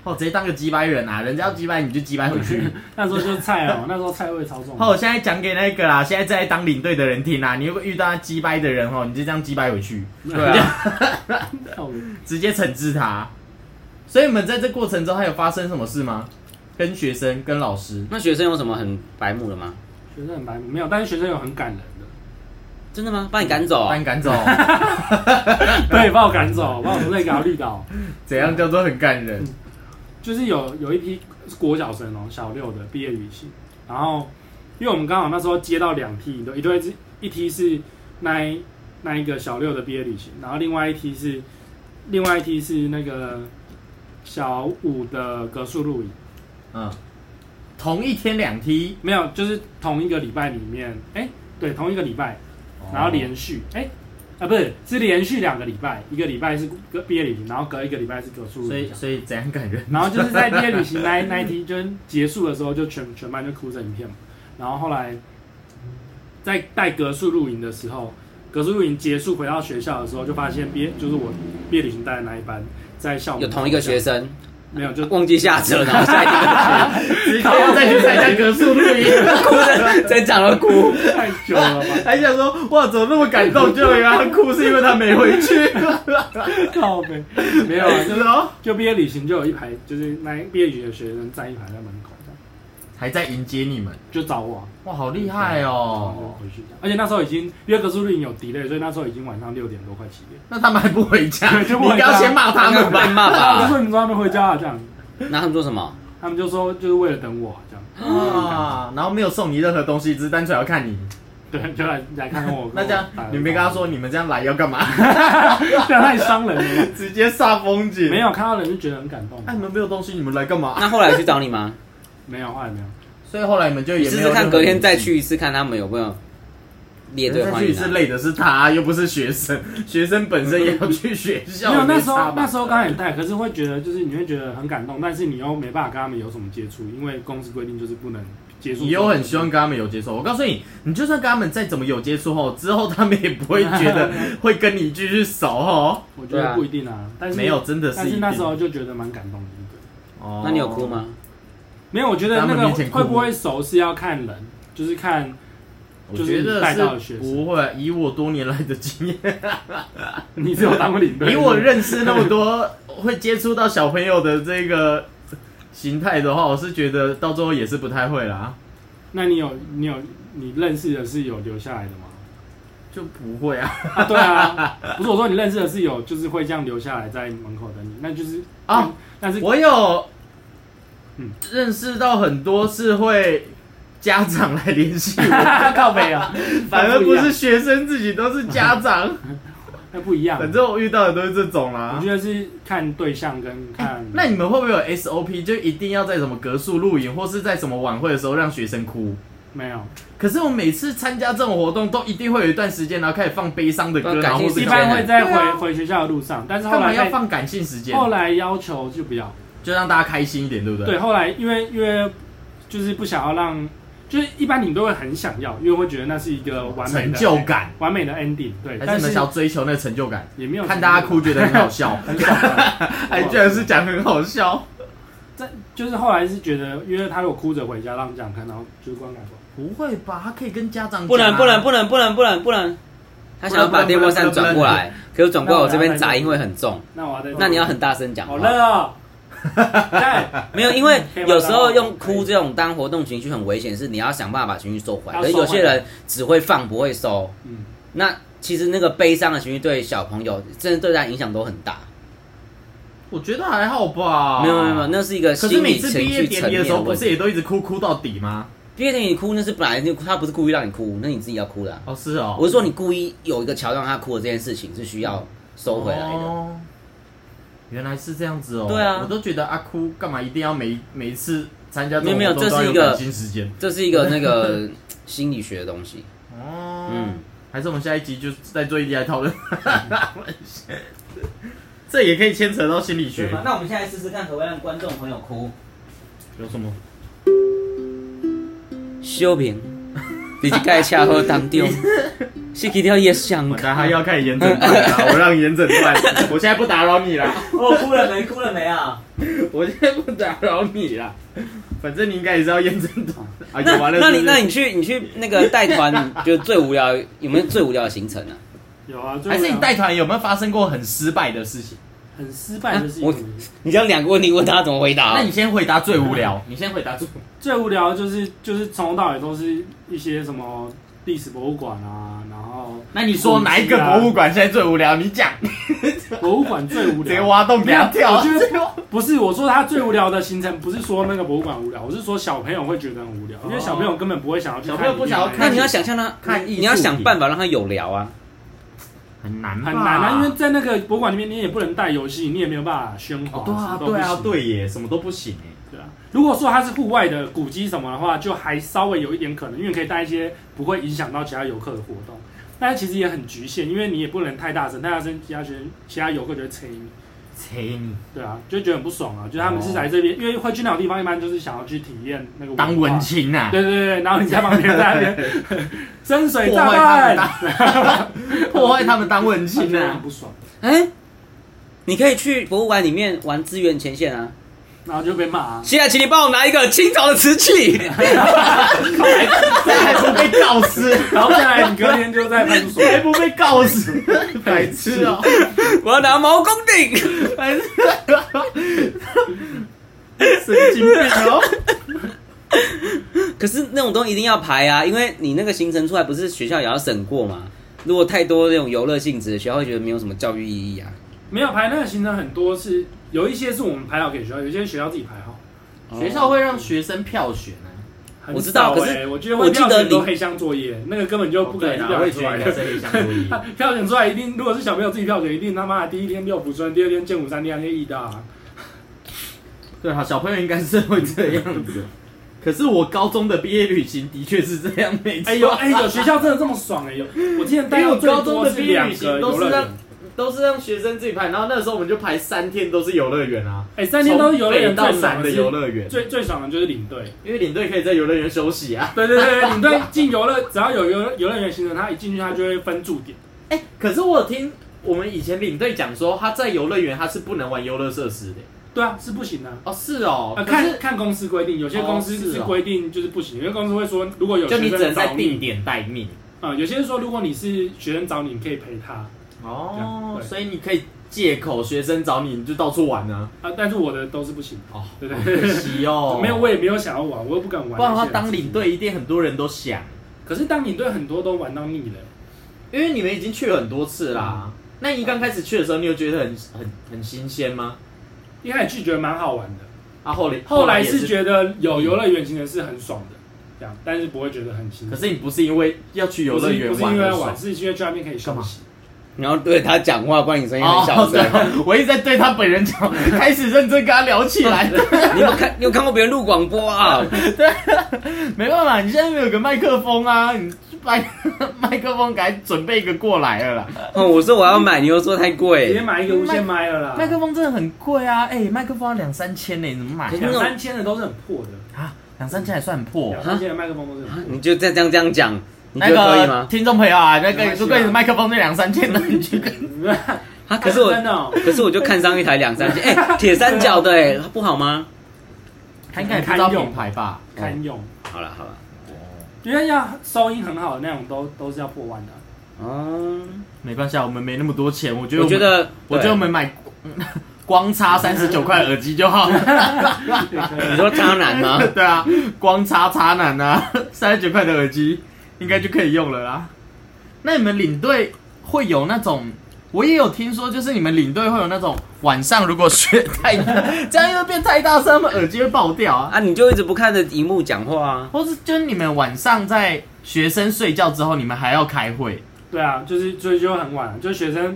Speaker 2: 哦，直接当个鸡掰人啊！人家要鸡掰你就鸡掰回 *laughs* 去。
Speaker 3: *laughs* 那时候就是菜哦，那时候菜味超重。
Speaker 2: 哦，我现在讲给那个啦，现在正在当领队的人听啊啦。你如果遇到他鸡掰的人哦，你就这样鸡掰回去，
Speaker 3: 对啊，靠北
Speaker 2: 直接惩治他。所以你们在这过程中还有发生什么事吗？跟学生、跟老师？
Speaker 1: 那学生有什么很白目的吗？
Speaker 3: 学生很白目，没有，但是学生有很感人的，
Speaker 1: 真的吗？把你赶走
Speaker 2: 把
Speaker 1: 啊？
Speaker 2: 你赶走， *laughs*
Speaker 3: 对，把我赶走，把我们累给他绿岛。
Speaker 2: 怎样叫做很感人？
Speaker 3: 就是有有一批是国小生哦，小六的毕业旅行，然后因为我们刚好那时候接到两批，一对是一批是那一那一个小六的毕业旅行，然后另外一批是另外一批是那个小五的格数露营，
Speaker 2: 嗯，同一天两梯，
Speaker 3: 没有，就是同一个礼拜里面，哎，对，同一个礼拜，
Speaker 2: 哦
Speaker 3: 哦然后连续，哎、啊，不是，是连续两个礼拜，一个礼拜是隔毕业旅行，然后隔一个礼拜是格数露
Speaker 2: 所
Speaker 3: 营这
Speaker 2: 以
Speaker 3: 样，
Speaker 2: 所以怎样感人？
Speaker 3: 然后就是在毕业旅行那一那 *laughs* 一天，就是结束的时候，就全全班就哭成一片嘛。然后后来在带格数露营的时候，格数露营结束回到学校的时候，就发现毕业就是我毕业旅行带的那一班在校
Speaker 1: 有同一个学
Speaker 3: 生
Speaker 1: 生
Speaker 3: 没有就
Speaker 1: 忘记下车，然后下一个
Speaker 2: *laughs* 直接要再去参加格数录音，
Speaker 1: 哭的真长了哭。
Speaker 3: 太久了
Speaker 1: *laughs*
Speaker 3: 吧？
Speaker 2: *laughs* 还想说哇，怎么那么感动？就原来他哭是因为他没回去，
Speaker 3: 靠背没有
Speaker 2: *laughs*
Speaker 3: 啊，
Speaker 2: 是哦，
Speaker 3: 就毕业旅行就有一排，就是那一毕业旅行的学生站一排在门口这样，
Speaker 2: 还在迎接你们，
Speaker 3: 就找我啊、
Speaker 2: 哇，好厉害
Speaker 3: 然后就
Speaker 2: 哦！
Speaker 3: 回去这样。而且那时候已经因为格数露营有 delay，所以那时候已经晚上六点多快七点。
Speaker 2: 那他们还不回家，
Speaker 3: 对
Speaker 2: 你
Speaker 3: *laughs* 就不回
Speaker 2: 应
Speaker 3: 家
Speaker 2: 该要先骂他们
Speaker 1: 被
Speaker 2: 吧？
Speaker 1: 骂
Speaker 3: 我
Speaker 1: 吧？
Speaker 3: 说你们怎么还没回家啊？这样。
Speaker 1: 那他们说什么？
Speaker 3: 他们就说就是为了等我这
Speaker 2: *laughs*
Speaker 3: 样，*laughs*
Speaker 2: 啊，然后没有送你任何东西，只是单纯要看你。
Speaker 3: 对，就来来看看我
Speaker 2: *laughs* 。那这样
Speaker 3: 跟我，
Speaker 2: 你没跟他说，你们这样来要干
Speaker 3: *laughs*
Speaker 2: 嘛？
Speaker 3: 这样太伤人了吧。 *laughs*
Speaker 2: 直接煞风景。 *laughs*
Speaker 3: 没，有看到人就觉得很感动
Speaker 2: 嗯哎，，你们没有东西，你们来干嘛？
Speaker 1: 那后来有去找你吗？
Speaker 3: 没有，后来没有。
Speaker 2: 所以后来你们就
Speaker 1: 你
Speaker 2: 也
Speaker 1: 试
Speaker 2: 没
Speaker 1: 试
Speaker 2: 有
Speaker 1: 看，
Speaker 2: 任何
Speaker 1: 隔天
Speaker 2: 联
Speaker 1: 再
Speaker 2: 系
Speaker 1: 去一次，看他们有没有列队
Speaker 2: 再
Speaker 1: 欢
Speaker 2: 去一
Speaker 1: 迎
Speaker 2: 次
Speaker 1: 啊。
Speaker 2: 累的是他，又不是学生， *laughs* 学生本身也要去学校。
Speaker 3: 嗯没有，那时
Speaker 2: 差
Speaker 3: 候
Speaker 2: 吧
Speaker 3: 那时候刚也带，可是会觉得就是你会觉得很感动，但是你又没办法跟他们有什么接触，因为公司规定就是不能接触。
Speaker 2: 你又很希望跟他们有接触。我告诉你，你就算跟他们再怎么有接触后，之后他们也不会觉
Speaker 3: *laughs*
Speaker 2: 得会跟你继续熟哦。
Speaker 3: 我觉得不一定啊，但是
Speaker 2: 没有，真的是
Speaker 3: 但
Speaker 2: 一
Speaker 3: 是
Speaker 2: 定。
Speaker 3: 那时候就觉得蛮感动的。对
Speaker 2: 哦
Speaker 1: 那你有哭？吗？
Speaker 3: 没有，我觉得那
Speaker 2: 在他
Speaker 3: 个
Speaker 2: 们面前哭
Speaker 3: 会不会熟是要看人，就是看
Speaker 2: 我觉
Speaker 3: 带到
Speaker 2: 得
Speaker 3: 的学
Speaker 2: 是
Speaker 3: 生
Speaker 2: 不会。以我多年来的经验，
Speaker 3: 你只有当过领
Speaker 2: *laughs*
Speaker 3: 队。
Speaker 2: 以我认识那么多 *laughs* 会接触到小朋友的这个形态的话，我是觉得到最后也是不太会啦，
Speaker 3: 那你有你有你认识的是有留下来的吗？
Speaker 2: 就不会啊。
Speaker 3: 啊，对啊，不是我说你认识的是有，就是会这样留下来在门口等你，那就是
Speaker 2: 啊，
Speaker 3: 但是
Speaker 2: 我 *laughs* 有
Speaker 3: 嗯
Speaker 2: 认识到很多是会家长来联 *laughs* 系我，
Speaker 3: 靠北啊， *laughs*
Speaker 2: 反而不是学生自己，都是家 *laughs* 长。
Speaker 3: 那不一样，
Speaker 2: 反正我遇到的都是这种
Speaker 3: 我
Speaker 2: 啦
Speaker 3: 觉。得是看对象跟看。
Speaker 2: 哎那你们会不会有 SOP，就一定要在什么格数录影，或是在什么晚会的时候让学生哭？
Speaker 3: 没有？
Speaker 2: 可是我每次参加这种活动，都一定会有一段时间，然后开始放悲伤的歌，
Speaker 1: 放感
Speaker 2: 然
Speaker 1: 性
Speaker 2: 后或
Speaker 3: 一
Speaker 1: 时
Speaker 2: 是
Speaker 1: 间
Speaker 3: 般会在回、
Speaker 2: 对啊
Speaker 3: 回学校的路上，但是后
Speaker 2: 干嘛
Speaker 3: 来
Speaker 2: 要
Speaker 3: 在
Speaker 2: 放感性时间？
Speaker 3: 后来要求就不要。
Speaker 2: 就让大家开心一点，对不对？
Speaker 3: 对，，后来因为因为就是不想要让，就是一般你都会很想要，因为会觉得那是一个完美的
Speaker 2: 成就感，
Speaker 3: 完美的 ending。对，
Speaker 2: 还是
Speaker 3: 但
Speaker 2: 你们
Speaker 3: 是
Speaker 2: 想要追求那个成就感？
Speaker 3: 也没有
Speaker 2: 看大家哭，觉得很好
Speaker 3: *laughs*
Speaker 2: 笑，
Speaker 3: 很爽啊。
Speaker 2: *laughs* 哎，居然是讲很好笑，
Speaker 3: 这就是后来是觉得，因为他如果哭着回家让家长看，然后就是观感不好
Speaker 2: 不会吧？他可以跟家长讲啊
Speaker 1: 不能不能不能不能不能不能，他想要把电风扇转过来，可是转过来我这边杂音会很重，
Speaker 3: 那我要再
Speaker 1: 那你要很大声讲
Speaker 3: 好
Speaker 1: 话。
Speaker 3: 热哦。 *laughs* 对，
Speaker 1: 没有，因为有时候用哭这种当活动情绪很危险，是你要想办法把情绪收回来。
Speaker 3: 要
Speaker 1: 可是
Speaker 3: 收回
Speaker 1: 有
Speaker 3: 来
Speaker 1: 些人只会放不会收，
Speaker 3: 嗯，
Speaker 1: 那其实那个悲伤的情绪对小朋友，真的对他影响都很大。
Speaker 2: 我觉得还好吧。
Speaker 1: 没有没有没有，那是一个
Speaker 2: 可是
Speaker 1: 心
Speaker 2: 每
Speaker 1: 理
Speaker 2: 次
Speaker 1: 情
Speaker 2: 毕业
Speaker 1: 绪
Speaker 2: 典
Speaker 1: 层
Speaker 2: 礼
Speaker 1: 面
Speaker 2: 的时
Speaker 1: 的
Speaker 2: 候，不
Speaker 1: 问
Speaker 2: 是也
Speaker 1: 题。
Speaker 2: 都一直哭哭到底吗？
Speaker 1: 毕业典礼哭那是本来就他不是故意让你哭，那你自己要哭的啊、
Speaker 2: 哦，是哦，
Speaker 1: 我是说你故意有一个桥段让他哭的这件事情是需要收回来的。
Speaker 2: 哦原来是这样子哦。
Speaker 1: 对啊
Speaker 2: 我都觉得阿哭干嘛一定要每每一次参加这种
Speaker 1: 没有
Speaker 2: 活动
Speaker 1: 这是
Speaker 2: 都要有
Speaker 1: 一个
Speaker 2: 感性时间
Speaker 1: 这是一个那 *laughs* 个心理学的东西。
Speaker 2: 哦。
Speaker 1: 嗯，
Speaker 2: 还是我们下一集就再做一集来讨论。 *laughs* 这也可以牵扯到心理学，
Speaker 1: 那我们现在试试看，可不可以让观众朋友哭？
Speaker 2: 有什么？
Speaker 1: 修平，你去盖恰好当 *laughs* 中，失去了也想
Speaker 2: 我才还要看严整段啊，我让严整段， *laughs* 我现在不打扰你啦，
Speaker 1: 我哦哭了没？哭了没啊？
Speaker 2: *laughs* 我现在不打扰你啦，反正你应该也是要严整段
Speaker 1: *laughs*
Speaker 2: 啊。
Speaker 1: 那
Speaker 2: 有完了
Speaker 1: 那
Speaker 2: 是
Speaker 1: 你
Speaker 2: 不是
Speaker 1: 那你去你去那个带团， *laughs* 你觉得最无聊有没有最无聊的行程啊？
Speaker 3: 有啊，就
Speaker 2: 还是你带团有没有发生过很失败的事情？
Speaker 3: 很失败的事
Speaker 1: 啊我
Speaker 3: 情。
Speaker 1: 你这样两个问题问他怎么回答啊、
Speaker 2: 那你先回答最无聊，你先回答最
Speaker 3: 最无聊的就是就是从头到尾都是一些什么历史博物馆啊，然后
Speaker 2: 那你说哪一个博物馆现在最无聊？你讲，
Speaker 3: 啊博物馆最
Speaker 2: *laughs*
Speaker 3: 无
Speaker 2: 直接
Speaker 3: 聊。
Speaker 2: 挖洞给他跳。
Speaker 3: 没有我觉不是我说他最无聊的行程，不是说那个博物馆无聊，我是说小朋友会觉得很无聊，因为小朋友根本不会想要去看
Speaker 2: 哦小朋友不想要看
Speaker 1: 那你要想象他，
Speaker 2: 看艺术
Speaker 1: 你要想办法让他有聊啊。
Speaker 2: 很难吧
Speaker 3: 很难啊，因为在那个博物馆里面，你也不能带游戏，你也没有办法喧哗
Speaker 2: 哦，，对啊
Speaker 3: 什么，都不
Speaker 2: 对啊，
Speaker 3: 行
Speaker 2: 对耶，什么都不行哎。
Speaker 3: 对啊。如果说它是户外的古迹什么的话，就还稍微有一点可能，因为可以带一些不会影响到其他游客的活动。但是其实也很局限，因为你也不能太大声，太大声其他学其他游客就会催你，
Speaker 2: 切你
Speaker 3: 对啊，就觉得很不爽啊。就他们是来这边，因为会去那种地方，一般就是想要去体验那个文化
Speaker 2: 哦当文青啊呐，
Speaker 3: 对对对，然后你在旁边在那边
Speaker 2: *laughs*
Speaker 3: 深水
Speaker 2: 破
Speaker 3: 炸
Speaker 2: 坏他们当，
Speaker 3: 弹，
Speaker 2: *laughs* 破坏他们当文
Speaker 3: 就
Speaker 2: 青啊
Speaker 3: 觉得很
Speaker 2: 呐。 *laughs*
Speaker 3: 不爽，
Speaker 1: 哎、你可以去博物馆里面玩资源前线啊。
Speaker 3: 然后就被
Speaker 2: *laughs*
Speaker 3: 骂、啊。
Speaker 1: 现在，请你帮我拿一个清朝的瓷 *laughs* 器。
Speaker 2: 这还不被告知，
Speaker 3: 然后再来，你隔天就在派出
Speaker 2: *laughs*
Speaker 3: 所
Speaker 2: 这还不被告知， *laughs* 白痴哦，
Speaker 1: 我要拿毛公鼎。 *laughs*
Speaker 2: 白痴， *laughs* 神经病 *laughs* 哦。
Speaker 1: 可是那种东西一定要排啊，因为你那个行程出来，不是学校也要审过嘛？如果太多那种游乐性质，学校会觉得没有什么教育意义啊。
Speaker 3: 没有排那个行程很多是有一些是我们排好给学校，有一些学校自己排好。
Speaker 2: 学校会让学生票选啊。
Speaker 3: 很
Speaker 1: 我知道
Speaker 3: 少
Speaker 1: 可是
Speaker 3: 欸我觉得
Speaker 1: 我
Speaker 3: 会
Speaker 1: 记
Speaker 3: 票
Speaker 1: 得
Speaker 3: 选都
Speaker 1: 你
Speaker 3: 黑箱作业，那个根本就不可
Speaker 2: 哦对
Speaker 3: 能
Speaker 2: 啦，
Speaker 3: 票
Speaker 2: 我也
Speaker 3: 选出
Speaker 2: 觉
Speaker 3: 来
Speaker 2: 得
Speaker 3: 的。
Speaker 2: 这一项不 *laughs* 一
Speaker 3: 票选出来一定， *laughs* 如果是小朋友自己票选，一定他妈的第一天六福村，第二天建武山，第三天义大。
Speaker 2: 对啊，小朋友应该是会这样子。 *laughs* 可是我高中的毕业旅行的确是这样，没错。*laughs*
Speaker 3: 哎呦哎，有学校真的这么爽哎、有我之前
Speaker 2: 因
Speaker 3: 待
Speaker 2: 为
Speaker 3: 到
Speaker 2: 我
Speaker 3: 最
Speaker 2: 高中
Speaker 3: 多
Speaker 2: 的
Speaker 3: 是
Speaker 2: 毕业
Speaker 3: 两
Speaker 2: 旅
Speaker 3: 个
Speaker 2: 行
Speaker 3: 游
Speaker 2: 都是
Speaker 3: 乐园
Speaker 2: 让，都是让学生自己排，然后那时候我们就排三天都是游乐园啊，
Speaker 3: 哎、三天都是游乐园
Speaker 2: 从北到
Speaker 3: 最爽
Speaker 2: 南
Speaker 3: 的
Speaker 2: 的
Speaker 3: 是
Speaker 2: 游乐园，
Speaker 3: 最最爽的就是领队。
Speaker 2: 因为领队可以在游乐园休息啊。
Speaker 3: 对对对， *laughs* 对领队进游乐，只要有游乐游乐园行程，他一进去他就会分驻点。
Speaker 2: 哎、可是我有听我们以前领队讲说，他在游乐园他是不能玩游乐设施的。
Speaker 3: 对啊，是不行的、啊。
Speaker 2: 哦，是哦，
Speaker 3: 呃，
Speaker 2: 可是
Speaker 3: 看看公司规定，有些公司
Speaker 2: 哦是哦
Speaker 3: 是规定就是不行，有些公司会说，如果有
Speaker 2: 就
Speaker 3: 学
Speaker 2: 你只能
Speaker 3: 生
Speaker 2: 在
Speaker 3: 找
Speaker 2: 定
Speaker 3: 你，
Speaker 2: 点待命。
Speaker 3: 啊、有些是说如果你是学生找你，你可以陪他啊、
Speaker 2: 哦，
Speaker 3: 对
Speaker 2: 所以你可以借口学生找你，你就到处玩啊。
Speaker 3: 但是我的都是不行，
Speaker 2: 哦，
Speaker 3: 对
Speaker 2: 好
Speaker 3: 对，
Speaker 2: 可惜哦 *laughs*
Speaker 3: *laughs* 没有，我也没有想要玩，我又不敢玩。
Speaker 2: 不然的话当领，队一定很多人都想，
Speaker 3: 可是当领队很多都玩到腻了，
Speaker 2: 因为你们已经去了很多次
Speaker 3: 嗯
Speaker 2: 啦。那你刚开始去的时候，你有觉得很很很新鲜吗？
Speaker 3: 一开始就觉得蛮好玩的，
Speaker 2: 啊，后来
Speaker 3: 后来
Speaker 2: 也
Speaker 3: 是觉得有游乐园行程是很爽的，这样，但是不会觉得很新
Speaker 2: 可
Speaker 3: 鲜。
Speaker 2: 是你不是因为要去游
Speaker 3: 不
Speaker 2: 乐
Speaker 3: 是
Speaker 2: 园
Speaker 3: 不是因为
Speaker 2: 而
Speaker 3: 要玩，
Speaker 2: 爽
Speaker 3: 是因为去那边可以休
Speaker 2: 干嘛
Speaker 3: 息。
Speaker 1: 然后对他讲话，不然你声音很小声。
Speaker 2: 哦对 *laughs* 我一直在对他本人
Speaker 3: *laughs*
Speaker 2: 讲，开始认真跟他聊起
Speaker 1: *laughs*
Speaker 2: 来。
Speaker 1: 你有没有看？你有看过别人录广播
Speaker 2: *laughs*
Speaker 1: 啊？
Speaker 2: 没办法，你现在没有个麦克风啊，你麦 *laughs* 麦克风赶紧准备一个过来了啦。
Speaker 3: 嗯
Speaker 1: 哦我说我要买，你又说太
Speaker 3: 直接
Speaker 1: 贵。
Speaker 3: 买一个无线麦了啦，
Speaker 2: 哎麦克风真的很贵啊，哎、麦克风要两三千呢、你怎么买、
Speaker 1: 可
Speaker 3: 两
Speaker 1: 是
Speaker 2: 啊？
Speaker 3: 三千的都是很破的，
Speaker 2: 啊，两三千还算破
Speaker 3: 两。三千的麦克风都是很
Speaker 2: 嗯
Speaker 3: 破的。
Speaker 1: 你就再这样这样讲，你觉
Speaker 2: 那
Speaker 1: 得可以吗
Speaker 2: 个？听众朋友啊，那
Speaker 3: 没
Speaker 2: 个
Speaker 3: 关系啊
Speaker 2: 如果你的麦克风那两三千
Speaker 3: *laughs*
Speaker 2: 的，你去
Speaker 1: 啊，可是我，
Speaker 3: 真的哦，
Speaker 2: 哎
Speaker 1: 可是我就看上一台两三
Speaker 2: *laughs*
Speaker 1: 千，哎，铁三角的，哎，它不好吗？
Speaker 2: 他应该也不知道品牌吧？
Speaker 3: 堪用，
Speaker 1: 好了好了，
Speaker 3: 因为要收音很好的那种都都是要破万的。
Speaker 1: 哦，
Speaker 2: 没关系啊，我们没那么多钱，我觉得
Speaker 1: 我觉
Speaker 2: 们
Speaker 1: 得，
Speaker 2: 我觉得我们买嗯光差三十九块耳机
Speaker 1: *laughs*
Speaker 2: 就好了。
Speaker 1: 对
Speaker 2: *laughs*
Speaker 1: 你说渣男吗？
Speaker 2: 对啊，光差差男啊，三十九块的耳机应该就可以用了啦。那你们领队会有那种？我也有听说，就是你们领队会有那种晚上如果雪太 *laughs* 大，这样又变太大声，他们耳机会爆掉啊。
Speaker 1: 啊，你就一直不看着荧幕讲话啊？
Speaker 2: 或是就是你们晚上在学生睡觉之后，你们还要开会，
Speaker 3: 对啊，就是所以就很晚，就是学生，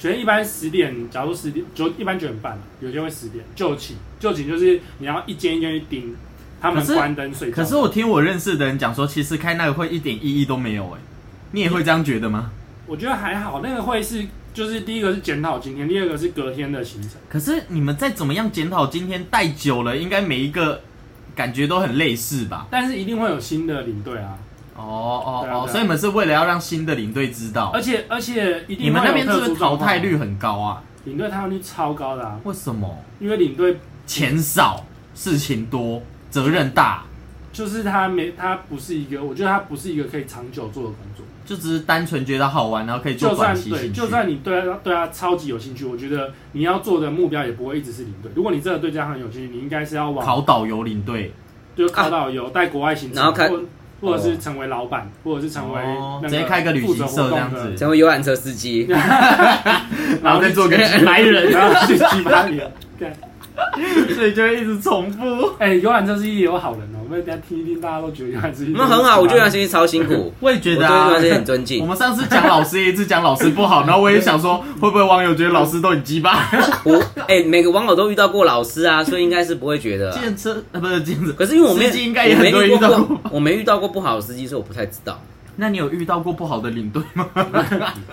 Speaker 3: 学生一般十点，假如十点九，一般九点半了，有些会十点就寝，就寝就是你要一间一间去盯，他们
Speaker 2: 可是
Speaker 3: 关灯睡觉。
Speaker 2: 可是我听我认识的人讲说，其实开那个会一点意义都没有哎、你也会这样觉得吗？
Speaker 3: 我觉得还好，那个会是就是第一个是检讨今天，第二个是隔天的行程。
Speaker 2: 可是你们再怎么样检讨，今天带久了，应该每一个感觉都很类似吧？
Speaker 3: 但是一定会有新的领队啊，
Speaker 2: 哦哦
Speaker 3: 对啊对
Speaker 2: 哦，
Speaker 3: 啊
Speaker 2: 所以你们是为了要让新的领队知道
Speaker 3: 而，且而且一
Speaker 2: 你
Speaker 3: 定
Speaker 2: 们
Speaker 3: 会
Speaker 2: 那
Speaker 3: 有
Speaker 2: 边是
Speaker 3: 特
Speaker 2: 不
Speaker 3: 殊
Speaker 2: 是
Speaker 3: 状
Speaker 2: 淘
Speaker 3: 况
Speaker 2: 汰率很高啊？
Speaker 3: 领队淘汰率超高的、啊，
Speaker 2: 为什么？
Speaker 3: 因为领队
Speaker 2: 钱少，事情多，责任大，
Speaker 3: 就是他没他不是一个，我觉得他不是一个可以长久做的工作。
Speaker 2: 就只是单纯觉得好玩，然后可以做
Speaker 3: 就
Speaker 2: 短
Speaker 3: 算
Speaker 2: 期
Speaker 3: 对，
Speaker 2: 兴趣
Speaker 3: 就。算你对他对他超级有兴趣，我觉得你要做的目标也不会一直是领队。如果你真的对这行有兴趣，你应该是要往
Speaker 2: 考啊导游领队，
Speaker 3: 就考到有带国外行程，
Speaker 1: 然后开
Speaker 3: 或或者是成为老板，或者是成为
Speaker 2: 哦
Speaker 3: 那
Speaker 2: 直接开个旅行
Speaker 3: 负责活
Speaker 2: 社
Speaker 3: 动
Speaker 2: 这样
Speaker 3: 的
Speaker 2: 子
Speaker 1: 成为游览车司
Speaker 2: *laughs*
Speaker 1: 机，
Speaker 2: 然后再做个
Speaker 3: 去
Speaker 2: 白人，
Speaker 3: 然后去七八 *laughs* 年。对，
Speaker 2: *laughs* 所以就会一直重复。
Speaker 3: 哎，游览车司机也有好人哦，我们等一下听一听，大家都觉得游览车司机
Speaker 1: 那很好，我觉得那些超辛苦，
Speaker 2: 我也觉
Speaker 1: 我
Speaker 2: 得
Speaker 1: 对
Speaker 2: 啊，
Speaker 1: 那些很尊
Speaker 2: 我
Speaker 1: 敬。
Speaker 2: 们上次讲老师，一直讲老师不好，然后我也想说，会不会网友觉得老师都很鸡 *laughs* 巴？
Speaker 1: 我哎，每个网友都遇到过老师啊，所以应该是不会觉得啊。
Speaker 2: 健车呃不是健车，
Speaker 1: 可是因为我没
Speaker 2: 司机应该也
Speaker 1: 我没
Speaker 2: 很多人
Speaker 1: 遇
Speaker 2: 遇到
Speaker 1: 过
Speaker 2: 过吧
Speaker 1: 不，我没遇到过不好的司机，所以我不太知道。
Speaker 2: *laughs* 那你有遇到过不好的领队吗？